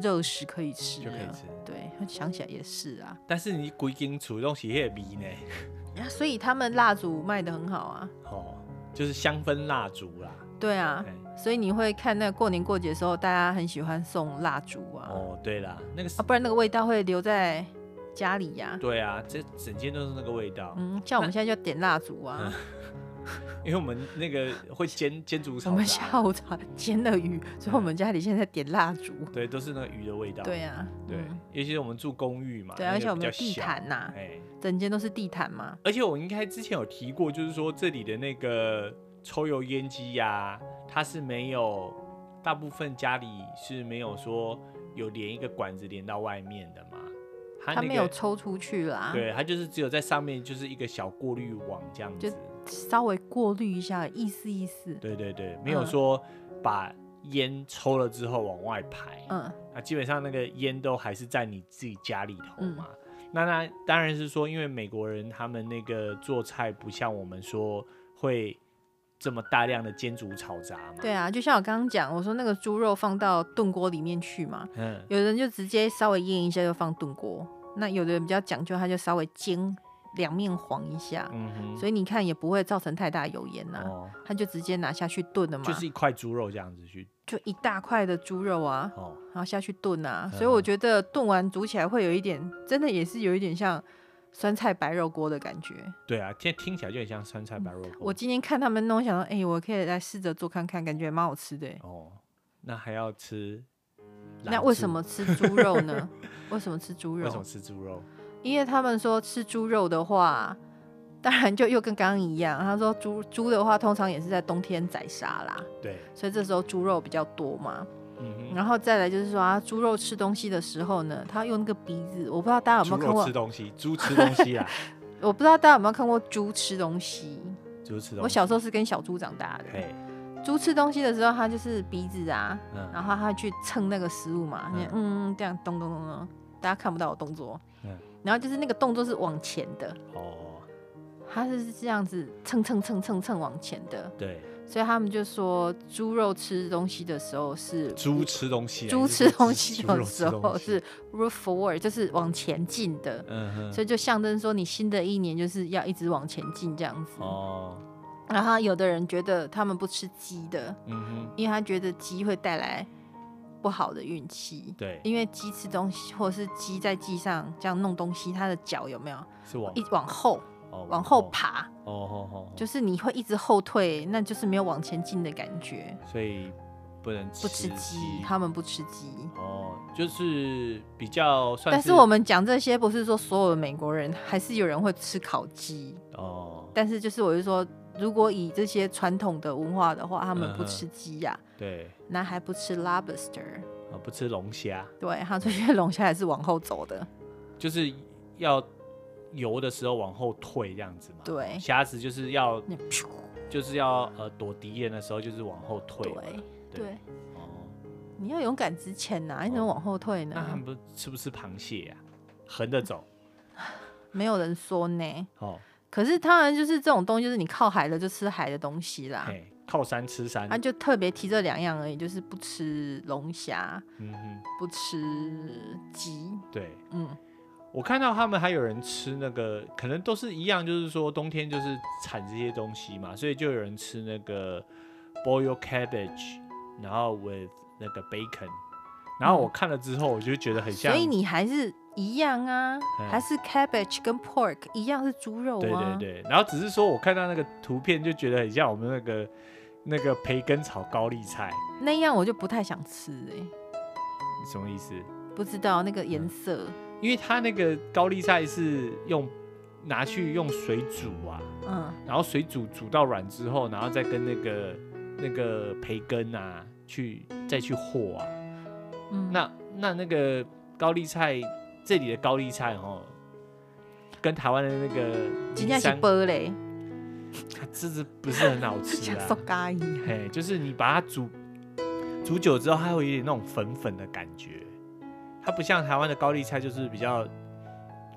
S2: 热食可以吃，
S1: 就可以吃。
S2: 对，啊想起来也是啊，
S1: 但是你规定主动洗个味呢，
S2: 啊所以他们蜡烛卖的很好啊，
S1: 哦，就是香氛蜡烛啦，
S2: 对啊，
S1: 哎
S2: 所以你会看那过年过节的时候，大家很喜欢送蜡烛啊，
S1: 哦，对啦，那个是
S2: 啊，不然那个味道会留在家里呀、
S1: 对啊，这整间都是那个味道，
S2: 嗯，像我们现在就点蜡烛啊，
S1: 因为我们那个会 煎煎煮
S2: 我
S1: 炒
S2: 们
S1: 的啊，
S2: 下午茶煎了鱼，所以我们家里现在点蜡 烛。
S1: 对，都是那个鱼的味道，
S2: 对啊，
S1: 对
S2: 嗯，
S1: 尤其是我们住公寓嘛，
S2: 对，啊
S1: 那
S2: 而
S1: 个
S2: 且我
S1: 比
S2: 们有
S1: 较
S2: 地
S1: 小，
S2: 毯啊呐、
S1: 哎，
S2: 整间都是地毯嘛。
S1: 而且我应该之前有提过，就是说这里的那个抽油烟机呀、它是没有，大部分家里是没有说有连一个管子连到外面的嘛，它
S2: 它
S1: 那
S2: 没有啊
S1: 个
S2: 抽出去啦，
S1: 对，它就是只有在上面就是一个小过滤网这样
S2: 就
S1: 子，
S2: 稍微过滤一下，意思意思。
S1: 对对对，没有
S2: 嗯
S1: 说把烟抽了之后往外排，
S2: 嗯，
S1: 啊，基本上那个烟都还是在你自己家里头
S2: 嗯
S1: 嘛。那那当然是说，因为美国人他们那个做菜不像我们说会这么大量的煎煮炒炸嘛。
S2: 对，啊，就像我刚刚讲，我说那个猪肉放到炖锅里面去嘛，
S1: 嗯，
S2: 有人就直接稍微腌一下就放炖锅，那有的人比较讲究，他就稍微煎两面黄一下，
S1: 嗯哼，
S2: 所以你看也不会造成太大油烟呐、
S1: 哦，
S2: 他就直接拿下去炖了嘛，
S1: 就是一块猪肉这样子去
S2: 就一大块的猪肉啊，
S1: 哦，
S2: 然后下去炖啊，
S1: 嗯
S2: 所以我觉得炖完煮起来会有一点，真的也是有一点像酸菜白肉锅的感觉。
S1: 对啊，现在听起来就很像酸菜白肉
S2: 嗯我
S1: 锅。
S2: 今天看他们弄，我想说，哎、我可以来试着做看看，感觉蛮好吃的耶。
S1: 哦，那还要吃蓝猪？
S2: 那为 什么吃猪肉呢？为什么吃猪
S1: 为什
S2: 肉
S1: 么？吃猪肉？
S2: 因为他们说吃猪肉的话，当然就又跟刚刚一样，他说猪猪的话通常也是在冬天宰杀啦，
S1: 对，
S2: 所以这时候猪肉比较多嘛。
S1: 嗯哼，
S2: 然后再来就是说啊，猪肉吃东西的时候呢，它用那个鼻子，我不知道大家有
S1: 猪
S2: 没有看
S1: 肉
S2: 过
S1: 吃，东西，猪吃东西啦，啊
S2: 我不知道大家有没有看过猪吃东西。
S1: 猪吃东西。
S2: 我小时候是跟小猪长大的，
S1: 嘿，
S2: 猪吃东西的时候，它就是鼻子啊，然
S1: 嗯
S2: 后他去蹭那个食物嘛，
S1: 嗯
S2: 嗯嗯，这样咚咚咚咚，大家看不到我动作。
S1: 嗯
S2: 然后就是那个动作是往前的，
S1: 哦，
S2: 他是这样子蹭蹭蹭蹭蹭往前的，
S1: 对，
S2: 所以他们就说猪肉吃东西的时候是
S1: 猪吃东西啊，就
S2: 猪
S1: 是
S2: 吃
S1: 说
S2: 东西
S1: 猪
S2: 的
S1: 肉吃
S2: 时
S1: 东
S2: 候
S1: 西
S2: 是 root forward，就是往前进的，
S1: 嗯哼，
S2: 所以就象征说你新的一年就是要一直往前进这样子。
S1: 哦，
S2: 然后有的人觉得他们不吃鸡的，
S1: 嗯哼，
S2: 因为他觉得鸡会带来不好的运气。
S1: 对，
S2: 因为鸡吃东西，或者是鸡在鸡上这样弄东西，它的脚有没有
S1: 是往
S2: 一往后
S1: 哦，
S2: 往后，爬，
S1: 哦哦哦，
S2: 就是是你会一直后退，那就是没有往前进的感觉。
S1: 所以不能
S2: 不吃鸡，他们不吃鸡。
S1: 哦，就是比较算
S2: 但是我们讲这些，不是说所有的美国人，还是有人会吃烤鸡。
S1: 哦，
S2: 但是就是我是说，如果以这些传统的文化的话，他们
S1: 嗯
S2: 不
S1: 哼
S2: 吃鸡呀、
S1: 对，
S2: 那还不吃 lobster。
S1: 啊，不吃龙虾，
S2: 对，他说因为龙虾也是往后走的，
S1: 就是要游的时候往后退这样子嘛。
S2: 对嗯
S1: 虾子就是要
S2: 那咻
S1: 就是要呃躲敌人的时候就是往后退
S2: 对
S1: 嘛。
S2: 对，哦
S1: 哦，
S2: 你要勇敢直前呐、你怎么往后退
S1: 那他
S2: 呢
S1: 们？不吃不吃螃蟹呀、横着走。
S2: 没有人说呢。
S1: 哦，
S2: 可是当然就是这种东西，就是你靠海了就吃海的东西啦。
S1: 哎、靠山吃山。
S2: 他、啊就特别提这两样而已，就是不吃龙虾，
S1: 嗯哼，
S2: 不吃鸡。
S1: 对。
S2: 嗯，
S1: 我看到他们还有人吃那个，可能都是一样，就是说冬天就是产这些东西嘛，所以就有人吃那个 boiled cabbage，然后 with 那个 bacon，然后我看了之后我就觉得很像，
S2: 嗯所以你还是一样啊，
S1: 嗯
S2: 还是 cabbage 跟 pork 一样是猪肉啊。
S1: 对对对，然后只是说我看到那个图片就觉得很像我们那个那个培根炒高丽菜，
S2: 那样我就不太想吃哎、
S1: 什么意思？
S2: 不知道那个
S1: 嗯
S2: 颜色，
S1: 因为它那个高丽菜是用拿去用水煮啊，
S2: 嗯，
S1: 然后水煮煮到软之后，然后再跟那个那个培根啊去再去和啊。
S2: 嗯
S1: 那那那个高丽菜这里的高丽菜哦，跟台湾的那个
S2: 今
S1: 梨
S2: 天是
S1: 山
S2: 波嘞，
S1: 它真是不是很好吃
S2: 像
S1: 啊
S2: 烧。咖喱，
S1: 嘿，就是你把它煮煮久之后，它会有一点那种粉粉的感觉。它不像台湾的高丽菜，就是比较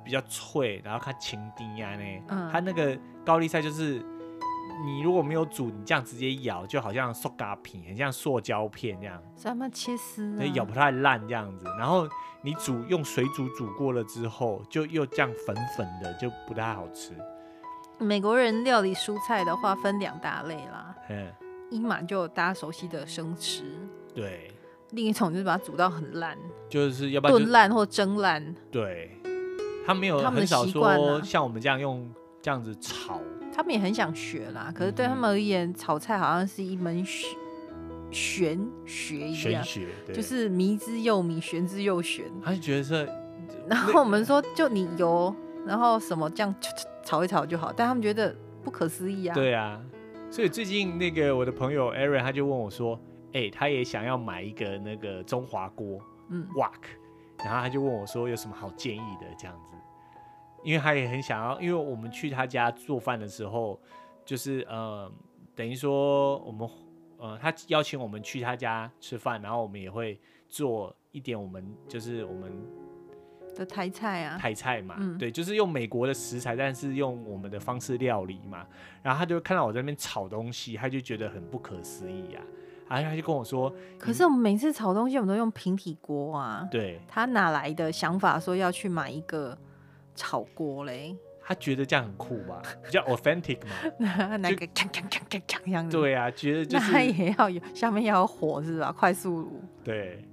S1: 比较脆，然后它清丁呀呢。
S2: 嗯
S1: 它那个高丽菜就是你如果没有煮，你这样直接咬，就好像塑胶片，很像塑胶片那样，
S2: 所以他们切丝、
S1: 所以咬
S2: 啊
S1: 不。太烂这样子。然后你煮用水煮煮过了之后，就又这样粉粉的，就不太好吃。
S2: 美国人料理蔬菜的话分两大类啦，
S1: 嗯，
S2: 一嘛就有大家熟悉的生吃，
S1: 对，
S2: 另一种就是把它煮到很烂，
S1: 就是要不然就
S2: 炖烂或蒸烂。
S1: 对，他没有
S2: 他们的
S1: 很少
S2: 习惯
S1: 说
S2: 啊
S1: 像我们这样用这样子炒，
S2: 他们也很想学啦，可是对
S1: 嗯
S2: 他
S1: 哼
S2: 们而言，炒菜好像是一门学玄学一
S1: 玄
S2: 样，
S1: 学，对，
S2: 就是迷之又迷，玄之又玄。
S1: 他就觉得是，
S2: 然后我们说，就你油，然后什么酱就就炒一炒就好，但他们觉得不可思议啊。，
S1: 对啊，所以最近那个我的朋友 Aaron 他就问我说，哎、他也想要买一个那个中华锅
S2: 嗯，
S1: wok，然后他就问我说有什么好建议的这样子，因为他也很想要，因为我们去他家做饭的时候，就是呃，等于说我们呃，他邀请我们去他家吃饭，然后我们也会做一点我们就是我们
S2: 的台菜啊，
S1: 台菜嘛，
S2: 嗯
S1: 对，就是用美国的食材，但是用我们的方式料理嘛。然后他就看到我在那边炒东西，他就觉得很不可思议啊，然后他就跟我说，
S2: 可是我们每次炒东西，我们都用平底锅啊。
S1: 对
S2: 他哪来的想法说要去买一个炒锅嘞？
S1: 他觉得这样很酷吧，比较 authentic 嘛，
S2: 拿个锵锵锵锵锵这样子。
S1: 对啊，觉得就
S2: 那他
S1: 是
S2: 也要有下面要有火是吧？快速炉。
S1: 对。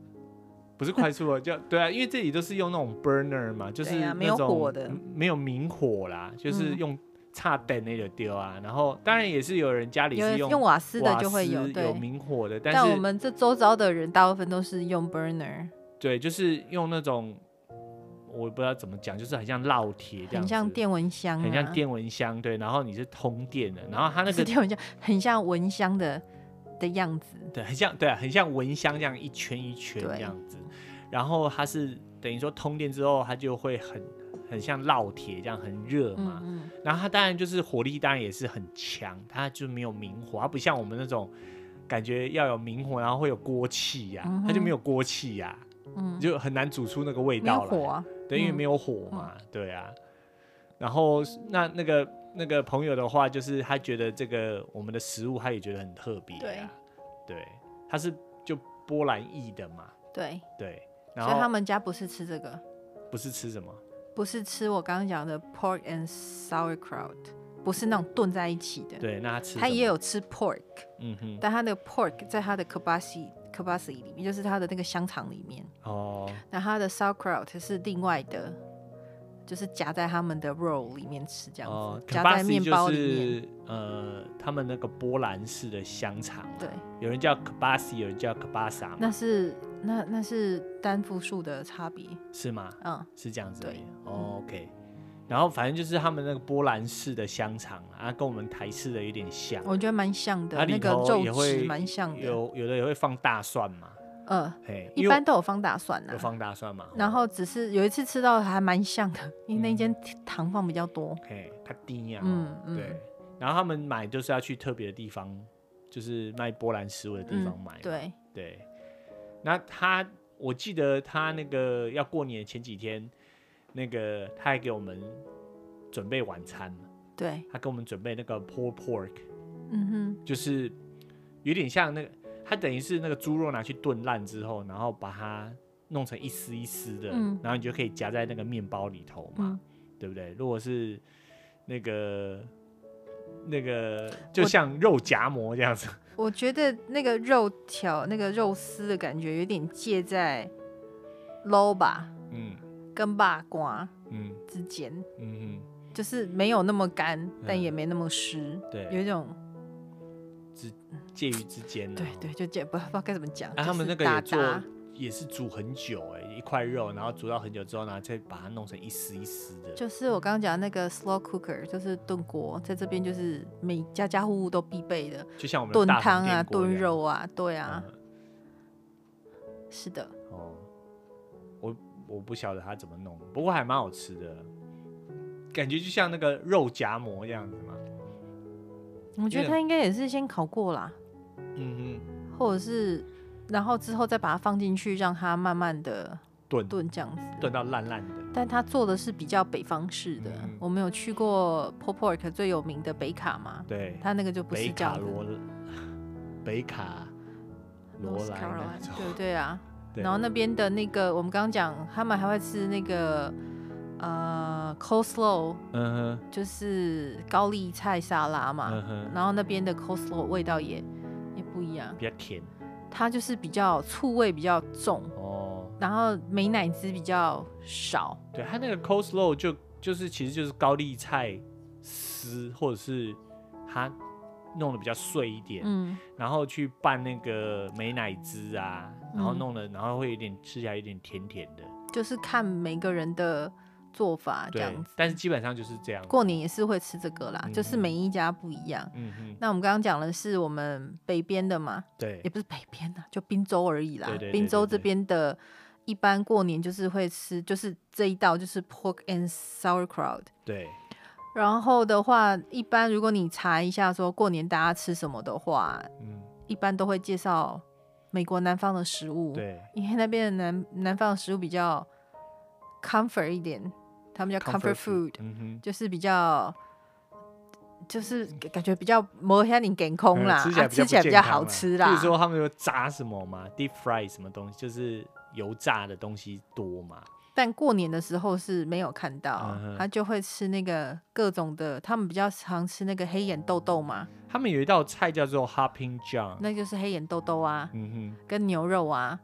S1: 不是快速的，就对啊，因为这里都是用那种 burner 嘛，就是
S2: 对啊没
S1: 那
S2: 有
S1: 种
S2: 火的
S1: 嗯没有明火啦，就是
S2: 嗯
S1: 用插灯那个丢啊。然后当然也是有人家里
S2: 有
S1: 是
S2: 用瓦斯的
S1: 瓦
S2: 就会
S1: 斯
S2: 有，对。
S1: 有明火的，但
S2: 但
S1: 是
S2: 我们这周遭的人大部分都是用 burner，
S1: 对，就是用那种我也不知道怎么讲，就是很像烙铁这样
S2: 很
S1: 子，
S2: 像电蚊香、啊，
S1: 很像电蚊香，对，然后你是通电的，然后它那
S2: 不是
S1: 个
S2: 电蚊香，很像蚊香的的样子。
S1: 对，很像对啊、很像蚊香这样一圈一圈
S2: 对
S1: 这样子，然后它是等于说通电之后，它就会很很像烙铁这样很热嘛，
S2: 嗯嗯，
S1: 然后它当然就是火力当然也是很强，它就没有明火，它不像我们那种感觉要有明火，然后会有锅气呀、
S2: 嗯哼
S1: 它就没有锅气呀、
S2: 嗯
S1: 就很难煮出那个味
S2: 没有
S1: 道来。
S2: 火啊，
S1: 对，因为
S2: 嗯
S1: 没有火嘛，对啊。然后那那个那个朋友的话，就是他觉得这个我们的食物，他也觉得很特别、啊，对，他是就波兰裔的嘛，
S2: 对，
S1: 对，然
S2: 所以他
S1: 后
S2: 们家不是吃这个，
S1: 不是吃什么，
S2: 不是吃我刚刚讲的 pork and sauerkraut，不是那种炖在一起的。
S1: 对，那他吃
S2: 他
S1: 什
S2: 也
S1: 么，
S2: 有吃 pork，
S1: 嗯哼，
S2: 但他的 pork 在他的 kebasi kebasi 里面，就是他的那个香肠里面。
S1: 哦，
S2: 那它的 sauerkraut 是另外的，就是夹在他们的 roll 里面吃，这样
S1: 哦
S2: 子，夹在
S1: kibasi
S2: 面包
S1: 就
S2: 里面。
S1: 是呃，他们那个波兰式的香肠啊，
S2: 对，
S1: 有人叫 kibasi，有人叫 kibasa，嘛
S2: 那是那那是单复数的差别。
S1: 是吗？
S2: 嗯，
S1: 是这样子而已。
S2: 对嗯
S1: 哦、OK，然后反正就是他们那个波兰式的香肠啊，跟我们台式的有点像，
S2: 我觉得蛮像的，
S1: 它
S2: 那
S1: 里
S2: 个
S1: 头
S2: 肉
S1: 也
S2: 质
S1: 会
S2: 蛮像哦的。
S1: 有有的也会放大蒜嘛，
S2: 呃，
S1: 嘿，
S2: 一
S1: 因为
S2: 般都有放大蒜
S1: 有
S2: 呐、
S1: 放大蒜嘛，
S2: 然
S1: 哦
S2: 后只是有一次吃到还蛮像的，因为那
S1: 嗯
S2: 间糖放比较多。
S1: 嘿，它低呀，
S2: 嗯
S1: 哦
S2: 嗯
S1: 对，然后他们买就是要去特别的地方，就是卖波兰食物的地
S2: 嗯
S1: 方买嘛，
S2: 对，
S1: 对，那他我记得他那个要过年前几天，那个他还给我们准备晚餐，
S2: 对，
S1: 他给我们准备那个 pulled pork，
S2: 嗯
S1: 就是有点像那个，它等于是那个猪肉拿去炖烂之后，然后把它弄成一丝一丝的，
S2: 嗯
S1: 然后你就可以夹在那个面包里头
S2: 哼，
S1: 嘛，
S2: 嗯，
S1: 对不对？如果是那个那个，就像肉夹馍这样子，
S2: 我觉得那个肉条、那个肉丝的感觉有点介在 low 吧
S1: 嗯
S2: 跟霸瓜
S1: 嗯
S2: 之间，
S1: 嗯
S2: 就是没有那么干，但也没那么湿，
S1: 嗯，对，
S2: 有一种
S1: 介于之间啊，
S2: 对对，就这不不知道该怎么讲。
S1: 啊，他们那
S2: 就是
S1: 个
S2: 打
S1: 也做
S2: 打，
S1: 也是煮很久哎、一块肉，然后煮到很久之后呢，再把它弄成一丝一丝的。
S2: 就是我刚刚讲的那个 slow cooker，就是炖锅，在这边就是每家家户户都必备的，
S1: 就像我们的
S2: 炖
S1: 大
S2: 汤
S1: 同
S2: 啊、
S1: 电锅
S2: 炖
S1: 一样
S2: 肉啊，对啊，是的，
S1: 嗯哦，我我不晓得它怎么弄，不过还蛮好吃的，感觉就像那个肉夹馍这样子嘛。
S2: 我觉得它应该也是先烤过啦，
S1: 嗯哼，
S2: 或者是然后之后再把它放进去，让它慢慢的
S1: 炖
S2: 炖这样子。
S1: 炖到烂烂的。
S2: 但它做的是比较北方式的。
S1: 嗯
S2: 我们有去过 p o p o r k 最有名的北卡嘛，
S1: 对，
S2: 它那个就不是
S1: 北
S2: 这
S1: 卡
S2: 样子。
S1: 罗北卡罗
S2: North
S1: 来
S2: Carolina，
S1: 那种。
S2: 对对啊。
S1: 对
S2: 然后那边的那个，我们刚刚讲，他们还会吃那个呃 coleslaw，
S1: 嗯哼，
S2: 就是高丽菜沙拉嘛。
S1: 嗯哼
S2: 然后那边的 coleslaw 味道也也不一样，
S1: 比较甜
S2: 它就是比较醋味比较重，
S1: 哦。
S2: 然后美乃滋比较少。
S1: 对，它那个 coleslaw 就就是其实就是高丽菜丝，或者是它弄的比较碎一点，
S2: 嗯，
S1: 然后去拌那个美乃滋啊，然后
S2: 嗯
S1: 弄了，然后会有点吃起来有点甜甜的，
S2: 就是看每个人的做法这
S1: 对
S2: 样子。。
S1: 但是基本上就是这样。
S2: 过年也是会吃这个啦，
S1: 嗯
S2: 就是每一家不一样。
S1: 嗯哼，
S2: 那我们刚刚讲的是我们北边的嘛，
S1: 对
S2: 也，不是北边啊，就滨州而已啦。
S1: 对对对
S2: 滨
S1: 对
S2: 州
S1: 对
S2: 这边的，一般过年就是会吃，就是这一道就是 pork and sauerkraut。
S1: 对，
S2: 然后的话，一般如果你查一下说过年大家吃什么的话，
S1: 嗯，
S2: 一般都会介绍美国南方的食物。，
S1: 对，
S2: 因为那边的南南方的食物比较 comfort 一点，他们叫 comfort food，
S1: 嗯哼，
S2: 就是比较。就是感觉比较磨下你健康
S1: 嗯
S2: 啦，
S1: 吃起来
S2: 啊
S1: 比较
S2: 吃
S1: 不
S2: 起来比
S1: 健
S2: 较
S1: 康
S2: 好
S1: 啦
S2: 吃啦。
S1: 比如说他们有炸什么嘛，deep fry 什么东西，就是油炸的东西多嘛。
S2: 但过年的时候是没有看到
S1: 嗯，哼
S2: 他就会吃那个各种的，他们比较常吃那个黑眼豆豆嘛，
S1: 他们有一道菜叫做 hopping john，
S2: 那就是黑眼豆豆啊，
S1: 嗯哼，
S2: 跟牛肉啊，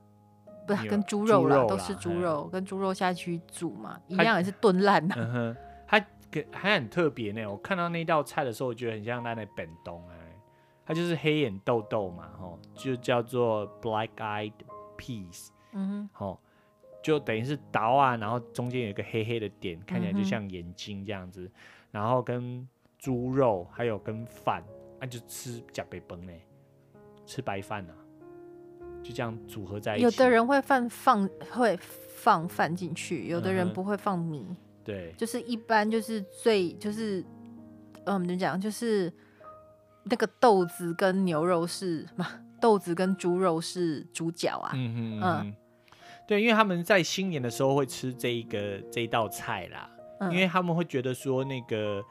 S2: 不是
S1: 牛
S2: 跟猪肉啦
S1: 猪，肉
S2: 都
S1: 啦
S2: 是猪肉，跟猪肉下去煮嘛，一
S1: 它
S2: 样也是炖烂啊的。
S1: 嗯哼，它给还很特别呢。我看到那道菜的时候，我觉得很像那那本东哎，它就是黑眼豆豆嘛，吼，就叫做 black eyed peas，
S2: 嗯
S1: 吼，就等于是倒啊，然后中间有一个黑黑的点，看起来
S2: 嗯
S1: 就
S2: 哼
S1: 像眼睛这样子，然后跟猪肉还有跟饭，啊就吃假白崩呢，吃白饭啊，就这样组合在
S2: 哼，
S1: 一起。
S2: 有的人会放放会放饭进去，有的
S1: 嗯
S2: 人
S1: 哼
S2: 不会放米，
S1: 对
S2: 就是一般就是最就是，嗯，我们就讲就是那个豆子跟牛肉是嘛，豆子跟猪肉是主角啊。
S1: 嗯哼嗯
S2: 嗯
S1: 哼，对，因为他们在新年的时候会吃这一个这一道菜啦，
S2: 嗯
S1: 因为他们会觉得说那个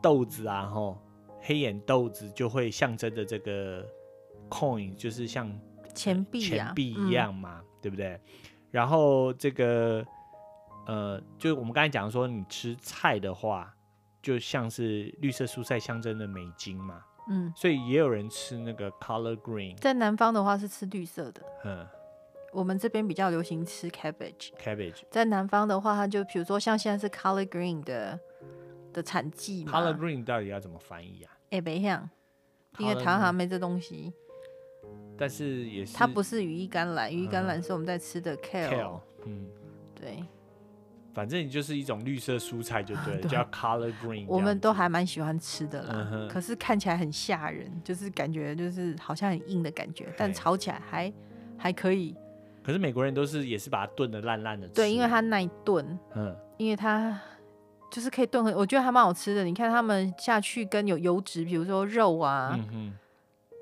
S1: 豆子啊，吼，黑眼豆子就会象征着这个 coin，就是像
S2: 钱币啊，
S1: 呃钱币一样嘛，对不对？然后这个呃，就我们刚才讲说，你吃菜的话，就像是绿色蔬菜象征的美金嘛，
S2: 嗯。嗯，
S1: 所以也有人吃那个 color green，
S2: 在南方的话是吃绿色的，
S1: 嗯，
S2: 我们这边比较流行吃 cabbage，
S1: cabbage。
S2: 在南方的话，它就比如说像现在是 color green 的的产季嘛
S1: Color green 到底要怎么翻译啊？
S2: 哎，北向，因为
S1: Color
S2: 台湾好像
S1: green
S2: 没这东西，
S1: 嗯但是也是嗯
S2: 它不是羽衣甘蓝，羽衣甘蓝是我们在吃的 kale，,
S1: kale，嗯，
S2: 对，
S1: 反正你就是一种绿色蔬菜就对了，
S2: 对
S1: 叫 color green 这样。
S2: 我们都还蛮喜欢吃的啦。
S1: 嗯哼
S2: 可是看起来很吓人，就是感觉就是好像很硬的感觉，但
S1: 嘿
S2: 炒起来还还可以。
S1: 可是美国人都是也是把它炖的烂烂的吃。
S2: 对，因为它耐炖，
S1: 嗯
S2: 因为它就是可以炖很，我觉得还蛮好吃的。你看他们下去跟有油脂，比如说肉啊，
S1: 嗯哼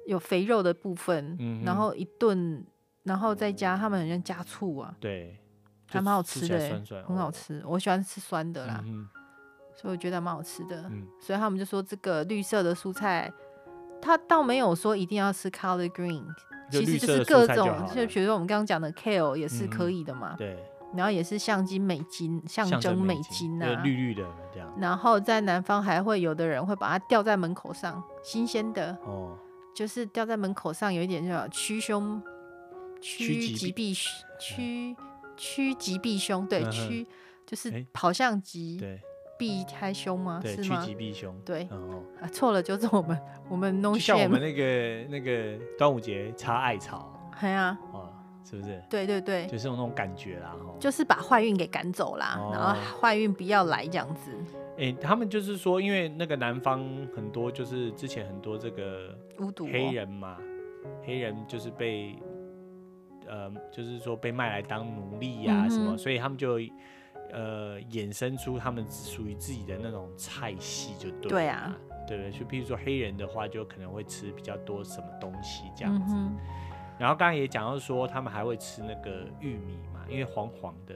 S2: 有肥肉的部分，
S1: 嗯哼
S2: 然后一炖，然后再加他们好像加醋啊，
S1: 对，
S2: 还
S1: 就
S2: 蛮好
S1: 吃
S2: 吃
S1: 起
S2: 的
S1: 来
S2: 欸，
S1: 酸酸
S2: 很好吃。我喜欢吃酸的啦，
S1: 哦嗯哼
S2: 所以我觉得还蛮好吃的。
S1: 嗯
S2: 所以他们就说这个绿色的蔬菜，它倒没有说一定要吃 color green，
S1: 就
S2: 嗯其
S1: 绿
S2: 实就
S1: 色
S2: 是
S1: 的
S2: 各
S1: 蔬菜就
S2: 种
S1: 好，
S2: 就
S1: 了
S2: 比如说我们刚刚讲的 kale 也是
S1: 嗯哼
S2: 可以的嘛，
S1: 对，
S2: 然后也是象征美金，象
S1: 象
S2: 征
S1: 征
S2: 美
S1: 金
S2: 金
S1: 对
S2: 啊。
S1: 绿绿的这样。
S2: 然后在南方还会有的人会把它吊在门口上，新鲜的，
S1: 哦，
S2: 就是吊在门口上，有一点叫做驱凶、
S1: 趋吉嗯
S2: 吉避凶驱趋吉避凶，对，
S1: 嗯哼
S2: 驱就是
S1: 哎
S2: 跑向吉，
S1: 对
S2: 避开凶吗？
S1: 对，
S2: 嗯哦是
S1: 趋
S2: 吗？
S1: 吉避凶。
S2: 对，
S1: 哦，
S2: 啊，错了，就是我们我们 no
S1: 就像我
S2: shame，
S1: 们那个那个端午节插艾草
S2: 哎呀，
S1: 啊，是不是？
S2: 对对对，
S1: 就是有那种感觉啦，哦，
S2: 就是把坏运给赶走啦，然后
S1: 哦
S2: 坏运不要来这样子，
S1: 诶，他们就是说，因为那个南方很多就是之前很多这个
S2: 巫毒、
S1: 黑
S2: 哦，
S1: 人嘛，黑人就是被呃，就是说被卖来当奴隶呀、
S2: 嗯哼
S1: 什么，所以他们就呃衍生出他们属于自己的那种菜系，就对
S2: 对
S1: 了
S2: 啊
S1: 嘛，对不对？就譬如说黑人的话，就可能会吃比较多什么东西这样
S2: 嗯
S1: 子。
S2: 哼，
S1: 然后刚才也讲到说，他们还会吃那个玉米嘛，因为黄黄的，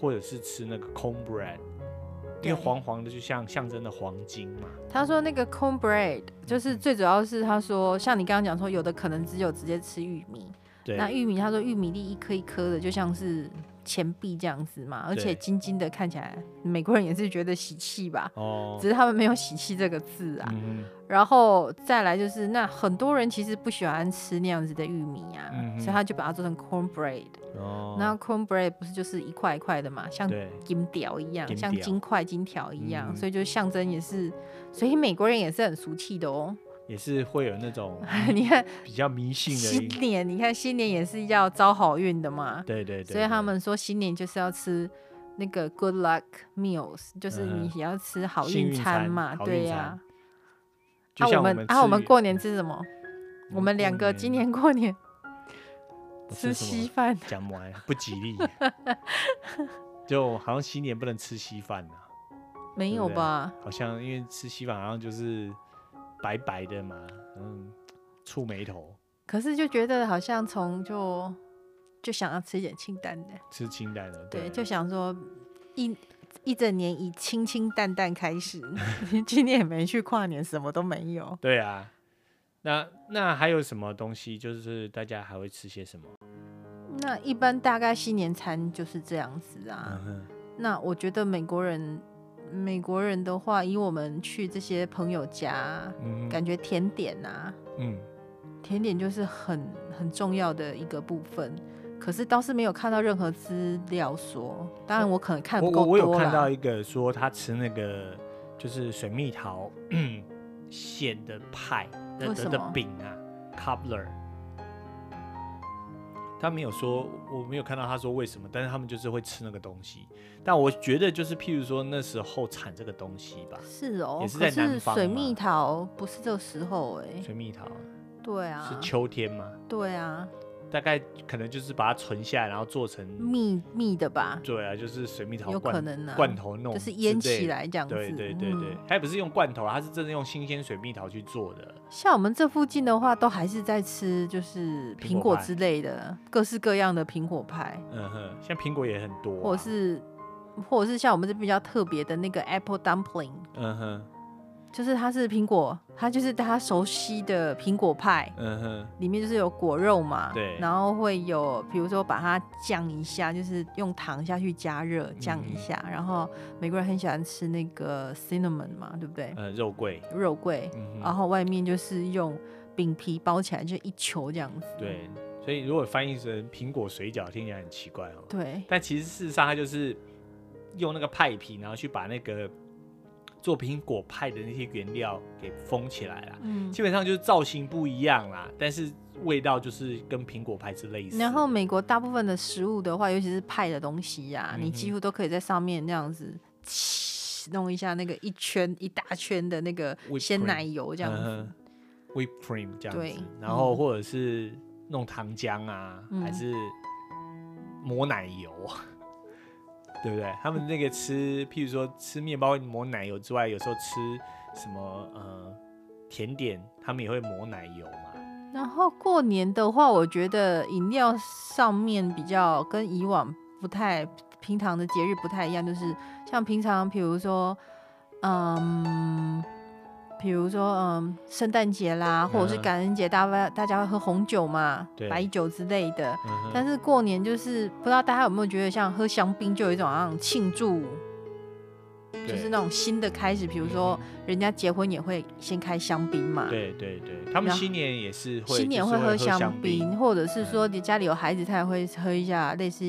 S1: 或者是吃那个 cornbread，因
S2: 对
S1: 为黄黄的就像象征的黄金嘛。
S2: 他说那个 cornbread 就是最主要是他说，像你刚刚讲说，有的可能只有直接吃玉米，
S1: 对，
S2: 那玉米他说玉米粒一颗一颗的，就像是钱币这样子嘛，而且
S1: 对
S2: 金金的，看起来美国人也是觉得喜气吧。
S1: 哦，
S2: 只是他们没有“喜气”这个字啊，
S1: 嗯
S2: 然后再来就是，那很多人其实不喜欢吃那样子的玉米啊，
S1: 嗯哼
S2: 所以他就把它做成 cornbread、
S1: 哼，哦，
S2: 那 cornbread 不是就是一块一块的嘛，像
S1: 对，
S2: 金条一样，
S1: 金
S2: 像
S1: 条
S2: 金块、金条一样，
S1: 嗯
S2: 所以就象征也是，所以美国人也是很俗气的哦。
S1: 也是会有那种
S2: 你看
S1: 比较迷信的
S2: 新
S1: 一，
S2: 年，你看新年也是要招好运的嘛，
S1: 对对对，
S2: 所以他
S1: 对
S2: 们说新年就是要吃那个 good luck meals，就是你
S1: 嗯
S2: 也要吃好
S1: 幸
S2: 运
S1: 运
S2: 餐
S1: 餐
S2: 嘛，
S1: 好
S2: 对
S1: 运
S2: 呀、
S1: 餐
S2: 啊，
S1: 就像
S2: 我们啊，
S1: 吃
S2: 我们过年吃什么？我们两
S1: 过
S2: 个今年过年
S1: 我吃
S2: 吃稀
S1: 西
S2: 饭，
S1: 讲完不吉 利，就好像新年不能吃稀饭啊，
S2: 没
S1: 对
S2: 有
S1: 不对
S2: 吧？
S1: 好像因为吃稀饭好像就是白白的嘛，嗯，触眉头，
S2: 可是就觉得好像从就就想要吃一点清淡的，
S1: 吃清淡的，
S2: 对，
S1: 对，啊
S2: 就想说一一整年以清清淡淡开始。 今年也没去跨年，什么都没有。
S1: 对啊。那那还有什么东西？就是大家还会吃些什么？
S2: 那一般大概新年餐就是这样子啊
S1: 嗯。哼，
S2: 那我觉得美国人，美国人的话，以我们去这些朋友家，
S1: 嗯哼
S2: 感觉甜点啊，
S1: 嗯，
S2: 甜点就是很很重要的一个部分，可是倒是没有看到任何资料说，当然我可能看
S1: 我
S2: 不
S1: 我
S2: 够
S1: 我有
S2: 多
S1: 看到
S2: 啦。
S1: 一个说他吃那个就是水蜜桃 馅的派的
S2: 为什
S1: 的
S2: 么
S1: 的饼啊，cobbler。他没有说，我没有看到他说为什么，但是他们就是会吃那个东西。但我觉得就是，譬如说那时候产这个东西吧，
S2: 是哦，
S1: 也是
S2: 可
S1: 在
S2: 是
S1: 南方
S2: 水
S1: 嘛
S2: 蜜桃不是这个时候哎、
S1: 水蜜桃
S2: 对
S1: 是
S2: 啊，
S1: 秋天嘛，
S2: 对啊，
S1: 大概可能就是把它存下来，然后做成，
S2: 蜜蜜的吧，
S1: 对啊，就是水蜜桃
S2: 嗯有可
S1: 罐
S2: 能啊，
S1: 罐头弄，
S2: 就是腌起。来这样子。
S1: 对对对对
S2: 嗯，，
S1: 它也不是用罐头啊，它是真的用新鲜水蜜桃去做的。
S2: 像我们这附近的话，都还是在吃就是
S1: 苹
S2: 苹
S1: 果
S2: 果
S1: 派
S2: 之类的，各式各样的苹果派，
S1: 嗯哼，像苹果也很多啊、
S2: 或者是或者是像我们这边比较特别的那个 apple dumpling。
S1: 嗯哼，
S2: 就是它是苹果，它就是大家熟悉的苹果派，
S1: 嗯哼，
S2: 里面就是有果肉嘛，
S1: 对
S2: 然后会有比如说把它酱一下，就是用糖下去加热酱一
S1: 嗯
S2: 下，然后美国人很喜欢吃那个 cinnamon 嘛，对不对？
S1: 呃，肉桂，
S2: 肉桂，
S1: 嗯哼，
S2: 然后外面就是用饼皮包起来，就一球这样子，
S1: 对，所以如果翻译成苹果水饺，听起来很奇怪哦。
S2: 对，
S1: 但其实事实上，它就是用那个派皮，然后去把那个做苹果派的那些原料给封起来啦。
S2: 嗯。
S1: 基本上就是造型不一样啦，但是味道就是跟苹果派是类似的。
S2: 嗯然后美国大部分的食物的话，尤其是派的东西呀、你几
S1: 嗯哼
S2: 乎都可以在上面那样子切弄一下那个一圈一大圈的那个
S1: Whipped
S2: 鲜
S1: cream 嗯
S2: 奶油这样子。
S1: w h i p cream 这样
S2: 对
S1: 子，然后
S2: 嗯
S1: 或者是弄糖浆啊，
S2: 嗯
S1: 还是抹奶油， 对不对？他们那个吃，譬如说吃面包会抹奶油之外，有时候吃什么呃甜点，他们也会抹奶油嘛。
S2: 然后过年的话，我觉得饮料上面比较跟以往不太平常的节日不太一样，就是像平常，比如说，嗯，比如说，嗯，圣诞节啦，或者是
S1: 嗯
S2: 感恩节，大家大家会喝红酒嘛，
S1: 对
S2: 白酒之类的。
S1: 嗯哼
S2: 但是过年就是不知道大家有没有觉得，像喝香槟就有一种好像庆祝，就是
S1: 对
S2: 那种新的开始。比如说，人家结婚也会先开香槟嘛，
S1: 对对对，他们
S2: 然后
S1: 新年也是会，
S2: 新年
S1: 就是
S2: 喝
S1: 喝香嗯
S2: 槟，或者是说你家里有孩子，他也会喝一下类似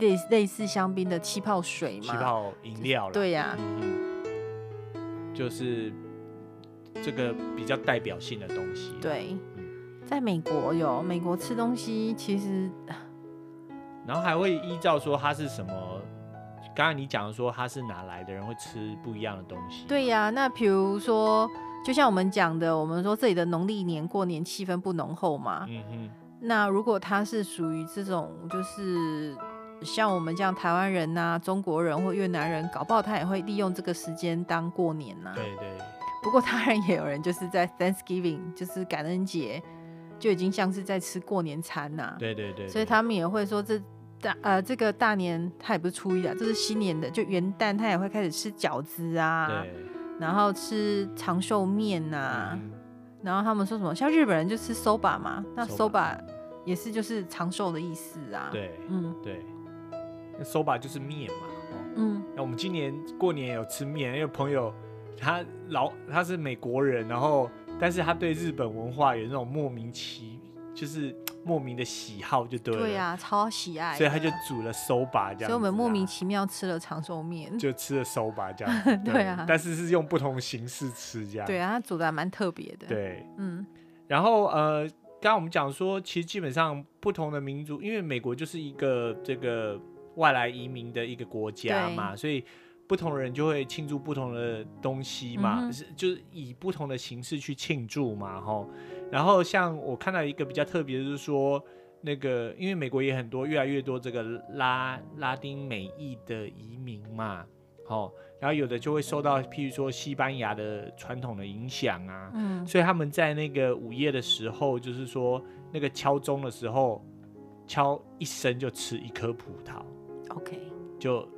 S2: 类类似香槟的气泡水
S1: 气
S2: 嘛。
S1: 泡饮料啦。
S2: 对呀、
S1: 嗯哼，就是这个比较代表性的东西。，
S2: 对。
S1: 嗯
S2: 在美国有美国吃东西，其实
S1: 然后还会依照说它是什么，刚刚你讲的说它是哪来的人会吃不一样的东西。
S2: 对呀、那比如说，就像我们讲的，我们说这里的农历年过年气氛不浓厚嘛，
S1: 嗯哼，
S2: 那如果他是属于这种，就是像我们这样台湾人呐、中国人或越南人，搞不好他也会利用这个时间当过年呐、
S1: 对对，
S2: 不过当然也有人就是在 Thanksgiving，就是 感恩节，就已经像是在吃过年餐呐、
S1: 对对对，
S2: 所以
S1: 对
S2: 他们也会说这大呃这个大年他也不是初一啊，这是新年的，就元旦他也会开始吃饺子啊，
S1: 对，
S2: 然后吃长寿面呐、
S1: 嗯哼
S2: 然后他们说什么？像日本人就吃 soba 嘛，那
S1: soba
S2: soba 也是就是长寿的意思啊。，
S1: 对
S2: 嗯
S1: 对，那 soba 就是面嘛。哦
S2: 嗯，
S1: 那我们今年过年也有吃面，因为朋友他老他是美国人，然后但是他对日本文化有那种莫名其就是莫名的喜好，就对了。
S2: 对呀、超喜爱的。
S1: 所以他就煮了 soba 这样、啊
S2: 所以我们莫名。其妙吃了长寿面。
S1: 就吃了 soba 这样子
S2: ，对啊
S1: 但是是用不同形式吃这样，
S2: 对啊，它煮的还蛮特别的。，
S1: 对
S2: 嗯，
S1: 然后呃，刚刚我们讲说，其实基本上不同的民族，因为美国就是一个这个外来移民的一个国家
S2: 对
S1: 嘛，所以不同人就会庆祝不同的东西嘛，
S2: 嗯哼
S1: 是就是以不同的形式去庆祝嘛，吼。然后像我看到一个比较特别，就是说。那个，因为美国也很多，越来越多这个拉拉丁美裔的移民嘛，哦，然后有的就会受到，譬如说西班牙的传统的影响啊，
S2: 嗯，
S1: 所以他们在那个午夜的时候，就是说那个敲钟的时候，敲一声就吃一颗葡萄，
S2: OK。
S1: 就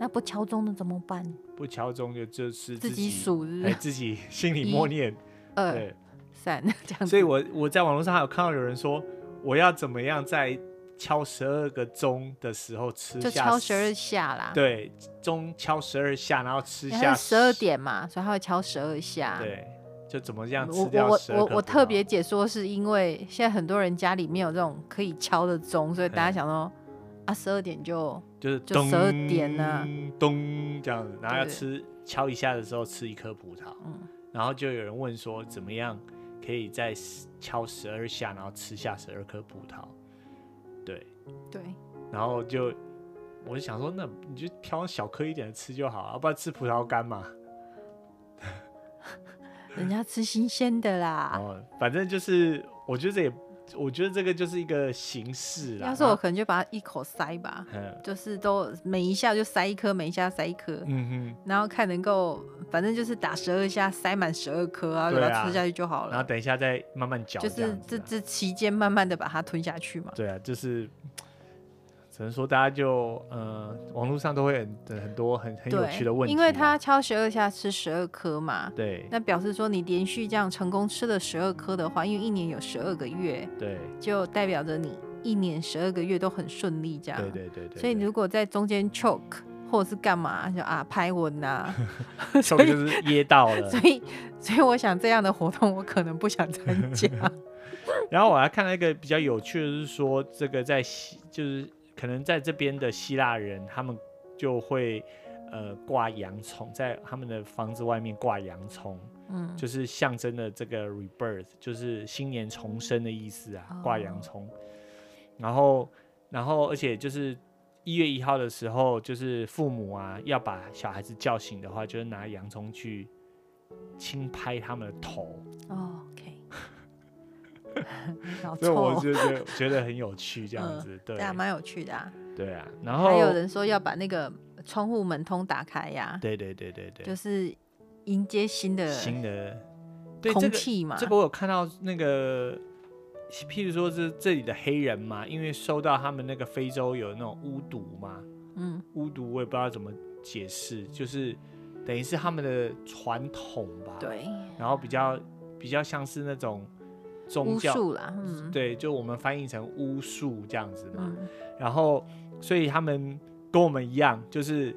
S2: 那不敲钟的怎么办？
S1: 不敲钟就就吃
S2: 自
S1: 己，
S2: 己数呃是不
S1: 哎，
S2: 是？
S1: 自己心里默
S2: 一
S1: 念。
S2: 二
S1: 对，
S2: 三 这样子。
S1: 所以我我在网络上还有看到有人说，我要怎么样在敲十二个钟的时候吃
S2: 就
S1: 下
S2: 敲十二下啦。，
S1: 对钟敲十二下，然后吃
S2: 因为它
S1: 下
S2: 哎是十二，点嘛，所以他会敲十二下。。
S1: 对，就怎么样
S2: 嗯我
S1: 吃
S2: 我
S1: 掉
S2: 我
S1: 十二啊
S2: 我我特别解说，是因为现在很多人家里面有这种可以敲的钟，所以大家
S1: 嗯
S2: 想说啊，十二点就
S1: 就是
S2: 就12点啊，
S1: 咚这样子，然后要
S2: 对
S1: 吃敲一下的时候吃一颗葡萄，
S2: 嗯
S1: 然后就有人问说怎么样可以在10敲十二下，然后吃下十二颗葡萄，对，
S2: 对，
S1: 然后就我就想说，那你就挑小颗一点的吃就好，啊要不然吃葡萄干嘛，
S2: 人家吃新鲜的啦。
S1: 哦，反正就是我觉得这也，我觉得这个就是一个形式啦，
S2: 要是我可能就把它一口塞吧，
S1: 嗯
S2: 就是都每一下就塞一颗，每一下塞一颗，
S1: 嗯
S2: 然后看能够，反正就是打十二下塞满十二颗啊，就把
S1: 对
S2: 它
S1: 啊
S2: 吃下去就好
S1: 哼，
S2: 了。
S1: 然后等一下再慢慢嚼
S2: 就
S1: 样子啊，
S2: 是这这期间慢慢的把它吞下去嘛。
S1: 对啊，就是只能说大家就呃，网络上都会很很多很很有
S2: 对
S1: 趣的问，题啊、
S2: 因为它敲十二下吃十二颗嘛，
S1: 对
S2: 那表示说你连续这样成功吃了十二颗的话，因为一年有十二个月，
S1: 对
S2: 就代表着你一年十二个月都很顺利这样。
S1: 对对对对，
S2: 啊所以你
S1: 对
S2: 如果在中间 choke 或者是干嘛，就啊 拍文呐、
S1: 这
S2: 所
S1: 个
S2: 以
S1: 就是噎到了
S2: 所，以所以我想这样的活动我可能不想参加。
S1: 然后我还看到一个比较有趣的是说，这个在希就是可能在这边的希腊人，他们就会呃挂洋葱，在他们的房子外面挂洋葱，
S2: 嗯，
S1: 就是象征了这个 rebirth，就是新年重生的意思啊，挂洋
S2: 哦
S1: 葱。然后，然后，而且就是一月一号的时候，就是父母啊要把小孩子叫醒的话，就是拿洋葱去轻拍他们的头。
S2: 哦，OK，老
S1: 所以我
S2: 臭，哦
S1: 就觉得觉得很有趣，这样子，对
S2: 对啊，蛮有趣的啊。
S1: 对啊。然后
S2: 还有人说要把那个窗户门通打开呀，
S1: 对对对对
S2: 就
S1: 对，
S2: 是迎接新的
S1: 新的对这
S2: 空
S1: 个
S2: 气嘛。
S1: 这个我有看到那个，譬如说是这里的黑人嘛，因为受到他们那个非洲有那种巫毒嘛，
S2: 嗯，
S1: 巫毒我也不知道怎么解释，就是等于是他们的传统吧，，
S2: 对，
S1: 然后比较比较像是那种宗
S2: 巫
S1: 教，
S2: 术啦，嗯，
S1: 对，就我们翻译成巫术这样子嘛，
S2: 嗯，
S1: 然后所以他们跟我们一样，就是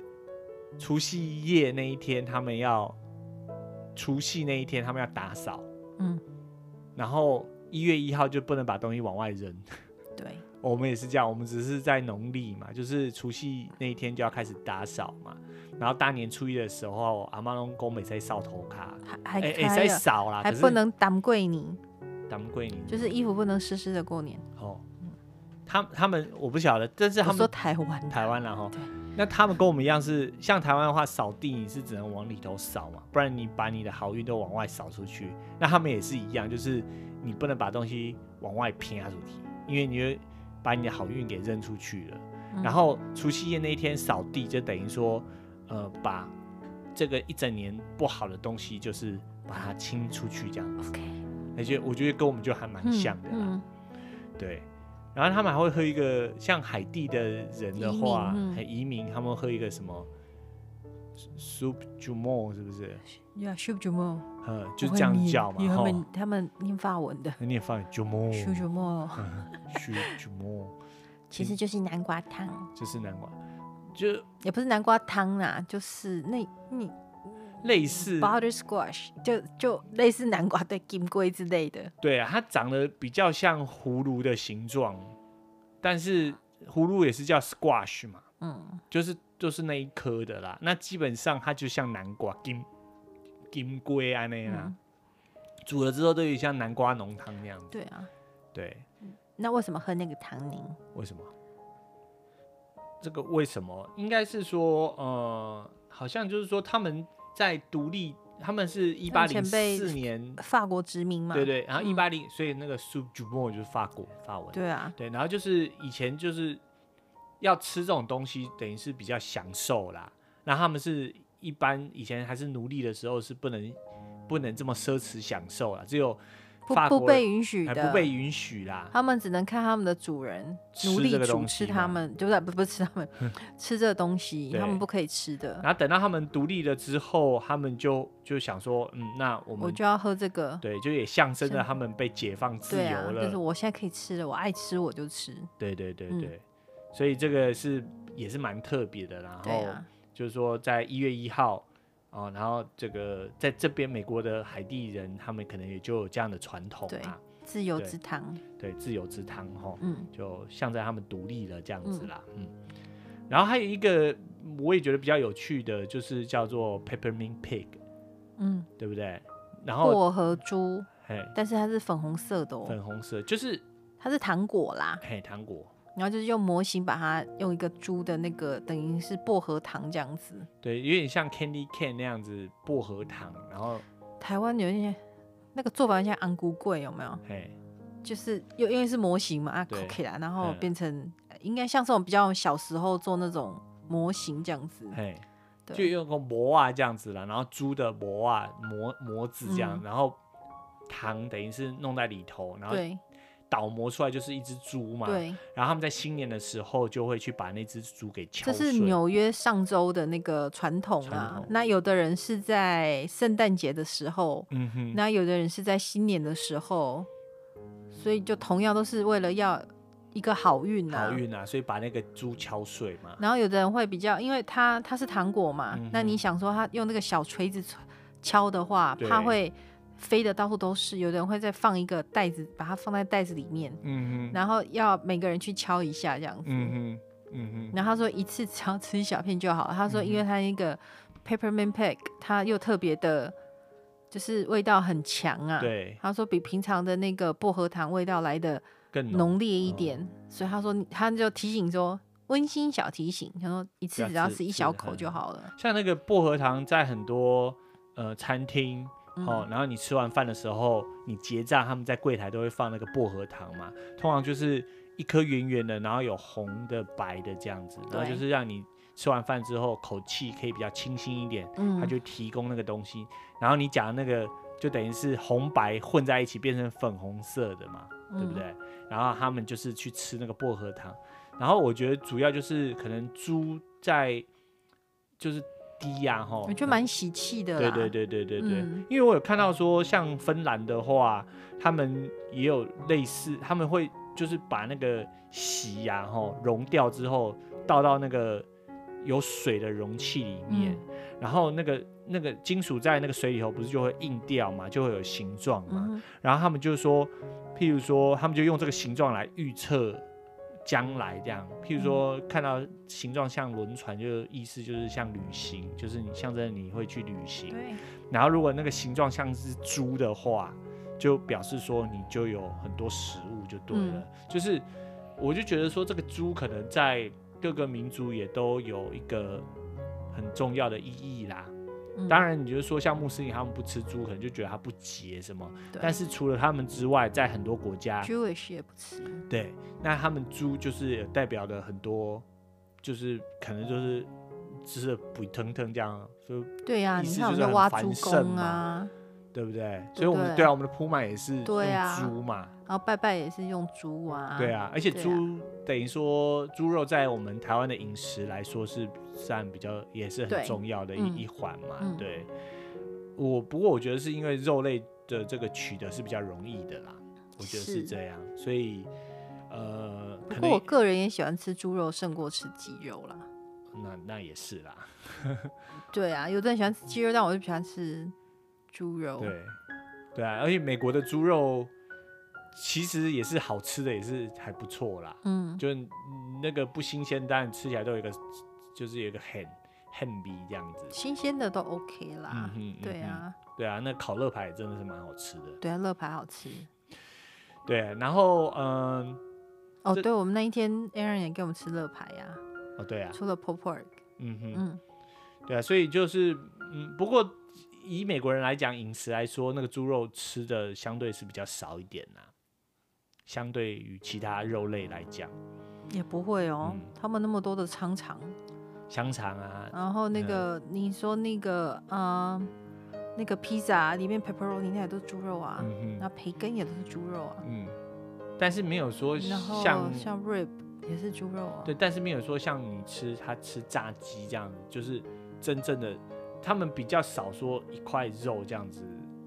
S1: 除夕夜那一天，他们要除夕那一天他们要打扫，
S2: 嗯，
S1: 然后一月一号就不能把东西往外扔。
S2: 对，
S1: 我们也是这样，我们只是在农历嘛，就是除夕那一天就要开始打扫嘛，然后大年初一的时候，阿妈拢公美在扫头卡，
S2: 还
S1: 哎
S2: 还
S1: 哎
S2: 开
S1: 在
S2: 了，
S1: 扫啦，
S2: 还
S1: 可是
S2: 不能挡桂泥，
S1: 咱们桂林
S2: 就是衣服不能湿湿的过年。
S1: 哦，他他们我不晓得，但是他
S2: 我说
S1: 们
S2: 台湾的，
S1: 台湾哦然后
S2: 对，
S1: 那他们跟我们一样是，像台湾的话，扫地你是只能往里头扫嘛，不然你把你的好运都往外扫出去。那他们也是一样，就是你不能把东西往外偏出去，因为你会把你的好运给扔出去了。
S2: 嗯
S1: 然后除夕夜那一天扫地，就等于说，呃，把这个一整年不好的东西，就是把它清出去这样子。
S2: OK，
S1: 而且我觉得跟我们就还蛮
S2: 嗯
S1: 像的啦。
S2: 嗯
S1: 对，然后他们还会喝一个，像海地的人的话，
S2: 移民嗯
S1: 还移民他们喝一个什么 soup jumo 是不是？
S2: 呀 s h u j u m o
S1: 呃，就这样叫嘛，哦
S2: 他
S1: 哈。
S2: 们他们念法文的
S1: 那你也放 jumo
S2: s h u j u m o
S1: soup jumo
S2: 其
S1: 嗯
S2: 实就是南瓜汤，
S1: 就是南瓜，就
S2: 也不是南瓜汤啦，就是那你
S1: 类似
S2: butter squash 就就类似南瓜对金龟之类的，
S1: 对啊，它长得比较像葫芦的形状，但是葫芦也是叫 squash 嘛，
S2: 嗯，
S1: 就是就是那一颗的啦。那基本上它就像南瓜金金龟安那样啊啦。
S2: 嗯
S1: 煮了之后都有点像南瓜浓汤那样子。
S2: 对啊。
S1: 对，
S2: 那为什么喝那个糖宁？
S1: 为什么？这个为什么？应该是说，呃，好像就是说他们在独立，他们是一
S2: 他
S1: 八
S2: 们
S1: 零
S2: 前辈
S1: 四年，
S2: 法国殖民嘛，
S1: 对对，然后一
S2: 嗯
S1: 八零，所以那个 soup du m o 就是法国法文，
S2: 对啊，
S1: 对，然后就是以前就是要吃这种东西，等于是比较享受啦。那他们是一般以前还是奴隶的时候是不能不能这么奢侈享受啦，只有
S2: 不
S1: 法国
S2: 不被允许
S1: 还
S2: 的，
S1: 不被允许啦。
S2: 他们只能看他们的主人
S1: 吃
S2: 奴
S1: 这
S2: 隶
S1: 个
S2: 主
S1: 东
S2: 吃
S1: 西
S2: 他
S1: 吗
S2: 们，就是不不 吃他们吃这东西，他们
S1: 对
S2: 不可以吃的。
S1: 然后等到他们独立了之后，他们就就想说，嗯，那我
S2: 我
S1: 们
S2: 就要喝这个，
S1: 对就也象征了
S2: 像
S1: 他们被解放自
S2: 对
S1: 由
S2: 啊，就是
S1: 了。
S2: 我现在可以吃了，我爱吃我就吃，
S1: 对对对
S2: 嗯
S1: 对，所以这个是也是蛮特别的。然
S2: 对
S1: 后
S2: 啊，
S1: 就是说在一月一号啊、哦然后这个在这边美国的海地人，他们可能也就有这样的传统
S2: 对
S1: 啊，
S2: 自由
S1: 对
S2: 之堂，
S1: 对自由之汤哈、哦
S2: 嗯，
S1: 就象征他们独立了这样子啦，嗯。然后还有一个我也觉得比较有趣的，就是叫做 peppermint pig，
S2: 嗯，
S1: 对不对？然后
S2: 薄荷珠，
S1: 嘿，
S2: 但是它是粉红色的哦，
S1: 粉红色就是
S2: 它是糖果啦，
S1: 嘿糖果，
S2: 然后就是用模型把它用一个猪的那个，等于是薄荷糖这样子。
S1: 对，有点像 candy cane 那样子薄荷糖，然后
S2: 台湾有一些那个做法像昂菇桂有没有？
S1: 嘿
S2: 就是又因为是模型嘛，啊
S1: 对
S2: 扣起来，然后
S1: 嗯
S2: 变成、应该像是我们比较小时候做那种模型这样子，
S1: 嘿，就
S2: 对，
S1: 用个膜啊这样子啦，然后猪的膜啊膜膜子这样，
S2: 嗯
S1: 然后糖等于是弄在里头，然后
S2: 对
S1: 倒模出来就是一只猪嘛。
S2: 对，
S1: 然后他们在新年的时候就会去把那只猪给敲
S2: 这是
S1: 碎
S2: 纽约上周的那个传统
S1: 传
S2: 啊。
S1: 统
S2: 那有的人是在圣诞节的时候，
S1: 嗯哼，
S2: 那有的人是在新年的时候，所以就同样都是为了要一个好运啊。
S1: 好运啊，所以把那个猪敲碎嘛。
S2: 然后有的人会比较，因为它它是糖果嘛，
S1: 嗯哼
S2: 那你想说它用那个小锤子敲敲的话，
S1: 对
S2: 怕会飞的到处都是，有的人会再放一个袋子，把它放在袋子里面，
S1: 嗯哼，
S2: 然后要每个人去敲一下这样子。
S1: 嗯哼，嗯
S2: 然后他说一次只要吃一小片就好了。他说，因为
S1: 嗯哼
S2: 他那个 peppermint p e g 它又特别的，就是味道很强啊
S1: 哼，。对，
S2: 他说比平常的那个薄荷糖味道来的
S1: 更浓，嗯
S2: 浓烈一点，所以他说你他就提醒说温馨小提醒，他说一次
S1: 不要
S2: 只要
S1: 吃
S2: 吃一
S1: 吃嗯
S2: 小
S1: 得
S2: 口
S1: 很
S2: 就好了。
S1: 像那个薄荷糖在很多呃餐厅
S2: 嗯
S1: 哦，然后你吃完饭的时候，你结账，他们在柜台都会放那个薄荷糖嘛，通常就是一颗圆圆的，然后有红的、白的这样子，然后
S2: 对
S1: 就是让你吃完饭之后口气可以比较清新一点，
S2: 嗯
S1: 他就提供那个东西，然后你讲的那个就等于是红白混在一起变成粉红色的嘛，对不
S2: 嗯
S1: 对？然后他们就是去吃那个薄荷糖，然后我觉得主要就是可能猪在就是低呀、吼，
S2: 我觉得蛮喜气的
S1: 嗯对
S2: 啦。
S1: 对对对对对，
S2: 嗯
S1: 因为我有看到说，像芬兰的话，他们也有类似，他们会就是把那个席呀、吼融掉之后，倒到那个有水的容器里面，
S2: 嗯
S1: 然后那个那个金属在那个水里头不是就会硬掉嘛，就会有形状嘛，
S2: 嗯哼，
S1: 然后他们就说，譬如说，他们就用这个形状来预测将来这样。譬如
S2: 嗯
S1: 说，看到形状像轮船，就意思就是像旅行，就是你象征你会去旅行。
S2: 对，
S1: 然后如果那个形状像是猪的话，就表示说你就有很多食物就对了。
S2: 嗯
S1: 就是我就觉得说，这个猪可能在各个民族也都有一个很重要的意义啦。
S2: 嗯
S1: 当，然，你就是说像穆斯林他们不吃猪，可能就觉得它不洁什么。
S2: 对
S1: 但是除了他们之外，在很多国家，
S2: Jewish 也不吃。
S1: 对，那他们猪就是有代表了很多，就是可能就是吃的不腾腾这样，就
S2: 对呀、
S1: 意
S2: 你
S1: 思
S2: 看我们
S1: 就是
S2: 在
S1: 很
S2: 挖
S1: 繁
S2: 猪
S1: 盛
S2: 公
S1: 嘛
S2: 啊，
S1: 对不对？
S2: 不
S1: 所以我们
S2: 对
S1: 对啊，我们的铺满也是
S2: 对
S1: 用
S2: 啊
S1: 猪嘛，
S2: 然后拜拜也是用猪啊。
S1: 对，啊，而且
S2: 对啊
S1: 猪、等于说猪肉在我们台湾的饮食来说是占比较也是
S2: 对
S1: 很重要的一、
S2: 嗯
S1: 一环嘛，
S2: 嗯
S1: 对。我不过我觉得是因为肉类的这个取得是比较容易的啦，我觉得是
S2: 是
S1: 这样，所以呃，
S2: 不
S1: 可
S2: 过我
S1: 能
S2: 个人也喜欢吃猪肉胜过吃鸡肉啦。
S1: 那那也是啦，
S2: 对啊，有的人喜欢吃鸡肉，但我就喜欢吃猪 肉。
S1: 对对啊，而且美国的猪肉其实也是好吃的，也是还不错啦，
S2: 嗯，
S1: 就是嗯那个不新鲜，但吃起来都有一个就是有一个很很逼这样子。
S2: 新鲜的都 OK 啦。
S1: 嗯哼
S2: 对，
S1: 嗯
S2: 啊，
S1: 哼对啊，那烤乐排真的是蛮好吃的。
S2: 对啊，乐牌好吃。
S1: 对啊，然后嗯，
S2: 哦，
S1: 这
S2: 对，我们那一天 Aaron 也给我们吃乐牌呀、
S1: 哦对啊
S2: 啊，，除了 p o p o r k
S1: 嗯哼，
S2: 嗯，
S1: 对啊，所以就是嗯，不过以美国人来讲，饮食来说，那个猪肉吃的相对是比较少一点呐、相对于其他肉类来讲，
S2: 也不会哦，
S1: 嗯
S2: 他们那么多的商场，
S1: 香肠啊，
S2: 然后那个、你说那个呃，那个披萨啊里面 pepperoni 那也都是猪肉啊，
S1: 嗯
S2: 那、
S1: 哼，
S2: 培根也都是猪肉啊，
S1: 嗯，但是没有说
S2: 嗯然后
S1: 像
S2: 像 rib 也是猪肉啊，
S1: 对，但是没有说像你吃他吃炸鸡这样子，就是真正的他们比较少说一块肉这样子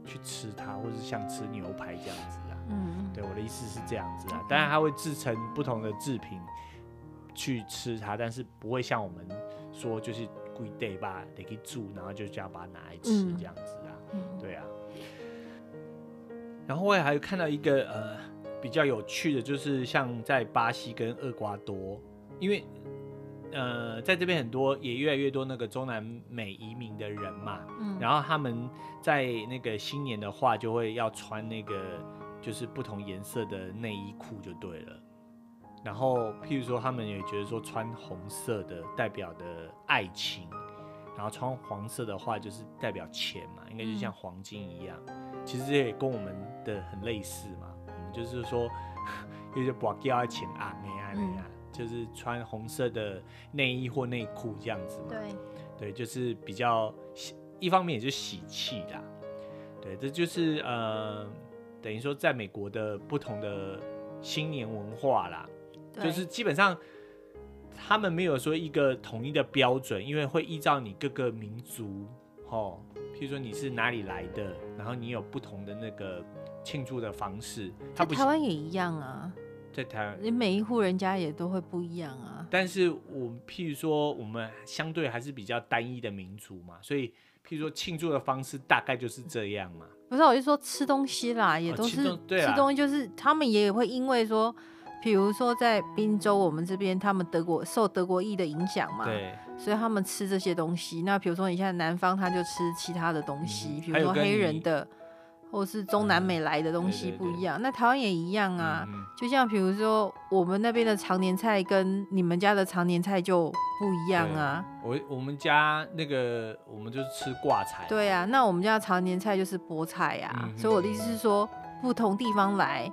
S1: 去吃它，或是像吃牛排这样子啊。
S2: 嗯，
S1: 对，我的意思是这样子啊
S2: OK。
S1: 当然，它会制成不同的制品去吃它，但是不会像我们说就是归 day 吧，得去煮，然后就这样把它拿来吃
S2: 嗯
S1: 这样子啊。
S2: 嗯
S1: 对啊。然后我也还有看到一个呃比较有趣的，就是像在巴西跟厄瓜多，因为呃在这边很多也越来越多那个中南美移民的人嘛，
S2: 嗯，
S1: 然后他们在那个新年的话就会要穿那个就是不同颜色的内衣裤就对了。然后，譬如说，他们也觉得说穿红色的代表的爱情，然后穿黄色的话就是代表钱嘛，应该就像黄金一样。其实也跟我们的很类似嘛，我们就是说，有些把掉钱啊，没啊没啊，就是穿红色的内衣或内裤这样子嘛。
S2: 对，
S1: 对，就是比较喜一方面也是喜气啦。对，这就是呃，等于说在美国的不同的新年文化啦，就
S2: 对
S1: 是基本上他们没有说一个统一的标准，因为会依照你各个民族，哦，譬如说你是哪里来的，然后你有不同的那个庆祝的方式。它
S2: 在
S1: 不
S2: 台
S1: 是
S2: 湾也一样啊，
S1: 在台湾
S2: 你每一户人家也都会不一样啊，
S1: 但是我们譬如说，我们相对还是比较单一的民族嘛，所以譬如说庆祝的方式大概就是这样嘛。
S2: 不是，我就说吃东西啦，也
S1: 哦
S2: 都
S1: 吃
S2: 是、
S1: 东对啦
S2: 吃东西，就是他们也会因为说，比如说在滨州，我们这边他们德国受德国裔的影响嘛，
S1: 对，
S2: 所以他们吃这些东西。那比如说你现在南方，他就吃其他的东西，
S1: 嗯
S2: 比、
S1: 还
S2: 如
S1: 有
S2: 说
S1: 跟
S2: 黑
S1: 你嗯
S2: 人的，或是中南美来的东
S1: 对
S2: 西
S1: 对
S2: 不
S1: 对
S2: 一样。那台湾也一样啊，
S1: 嗯
S2: 就像比如说我们那边的常年菜跟你们家的常年菜就不一样啊。
S1: 我我们家那个我们就是吃挂菜，
S2: 对啊，那我们家的常年菜就是菠菜呀、
S1: 嗯哼
S2: 所以我的意思是说，不同地方来，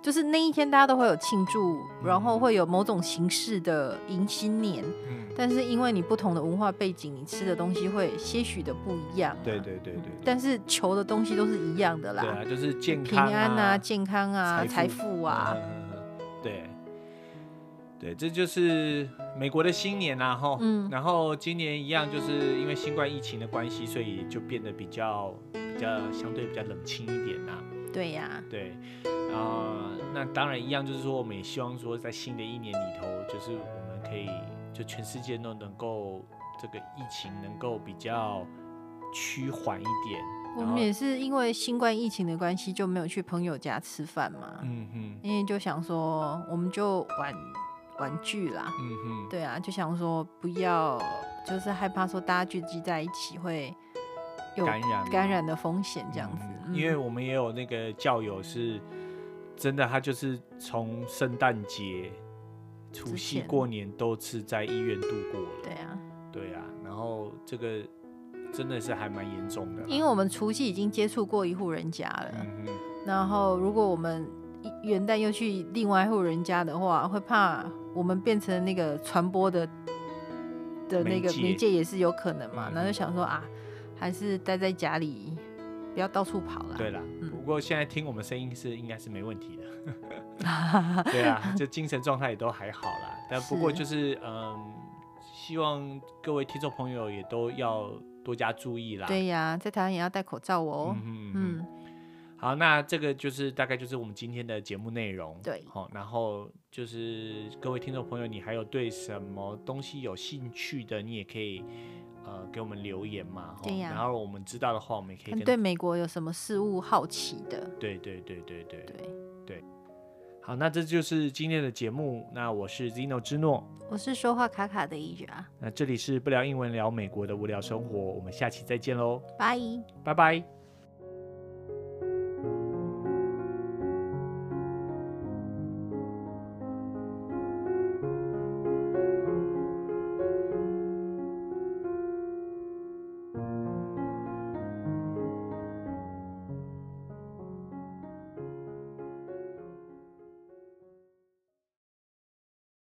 S2: 就是那一天大家都会有庆祝，然后会有某种形式的迎新年，
S1: 嗯，
S2: 但是因为你不同的文化背景，你吃的东西会些许的不一样、啊
S1: 对，对对对对，
S2: 但是求的东西都是一样的啦，
S1: 对啊，就是健
S2: 平
S1: 康
S2: 安
S1: 啊，
S2: 健康啊、财
S1: 财
S2: 富
S1: 富
S2: 啊，
S1: 嗯对，对，这就是美国的新年啦、啊，吼，
S2: 嗯
S1: 然后今年一样，就是因为新冠疫情的关系，所以就变得比较比较相对比较冷清一点啦、啊
S2: 对呀、
S1: 对，啊、那当然一样，就是说我们也希望说，在新的一年里头，就是我们可以就全世界都能够这个疫情能够比较趋缓一点，
S2: 我
S1: 然后
S2: 们也是因为新冠疫情的关系，就没有去朋友家吃饭嘛，
S1: 嗯哼，
S2: 因为就想说，我们就玩玩具啦，
S1: 嗯哼，
S2: 对啊，就想说不要，就是害怕说大家聚集在一起会有
S1: 感染吗
S2: 感染的风险这样子。
S1: 嗯
S2: 嗯
S1: 因为我们也有那个教友是真的，他就是从圣诞节、除
S2: 之
S1: 夕、
S2: 前
S1: 过年都是在医院度过了。
S2: 对啊，
S1: 对啊，然后这个真的是还蛮严重的啦。
S2: 因为我们除夕已经接触过一户人家了，
S1: 嗯哼，
S2: 然后如果我们一元旦又去另外一户人家的话，会怕我们变成那个传播的的那
S1: 媒
S2: 个
S1: 介
S2: 媒介也是有可能嘛。
S1: 嗯
S2: 然后就想说啊，还是待在家里，不要到处跑啦。
S1: 对啦，
S2: 嗯
S1: 不过现在听我们声音是应该是没问题的。 对啊，就精神状态也都还好啦。但不过
S2: 是
S1: 就是嗯，希望各位听众朋友也都要多加注意啦。
S2: 对呀、在台湾也要戴口罩哦。
S1: 嗯哼嗯哼
S2: 嗯，
S1: 好，那这个就是大概就是我们今天的节目内容。
S2: 对
S1: 好、然后就是各位听众朋友，你还有对什么东西有兴趣的，你也可以呃给我们留言嘛。哦
S2: 对呀
S1: 然后我们知道的话，我们也可以
S2: 嗯
S1: 跟
S2: 对美国有什么事物好奇的？
S1: 对对对对对
S2: 对，
S1: 好，那这就是今天的节目。那我是 Zino 之诺，
S2: 我是说话卡卡的一人啊，
S1: 那这里是不聊英文聊美国的无聊生活，我们下期再见喽，
S2: 拜。
S1: 拜拜。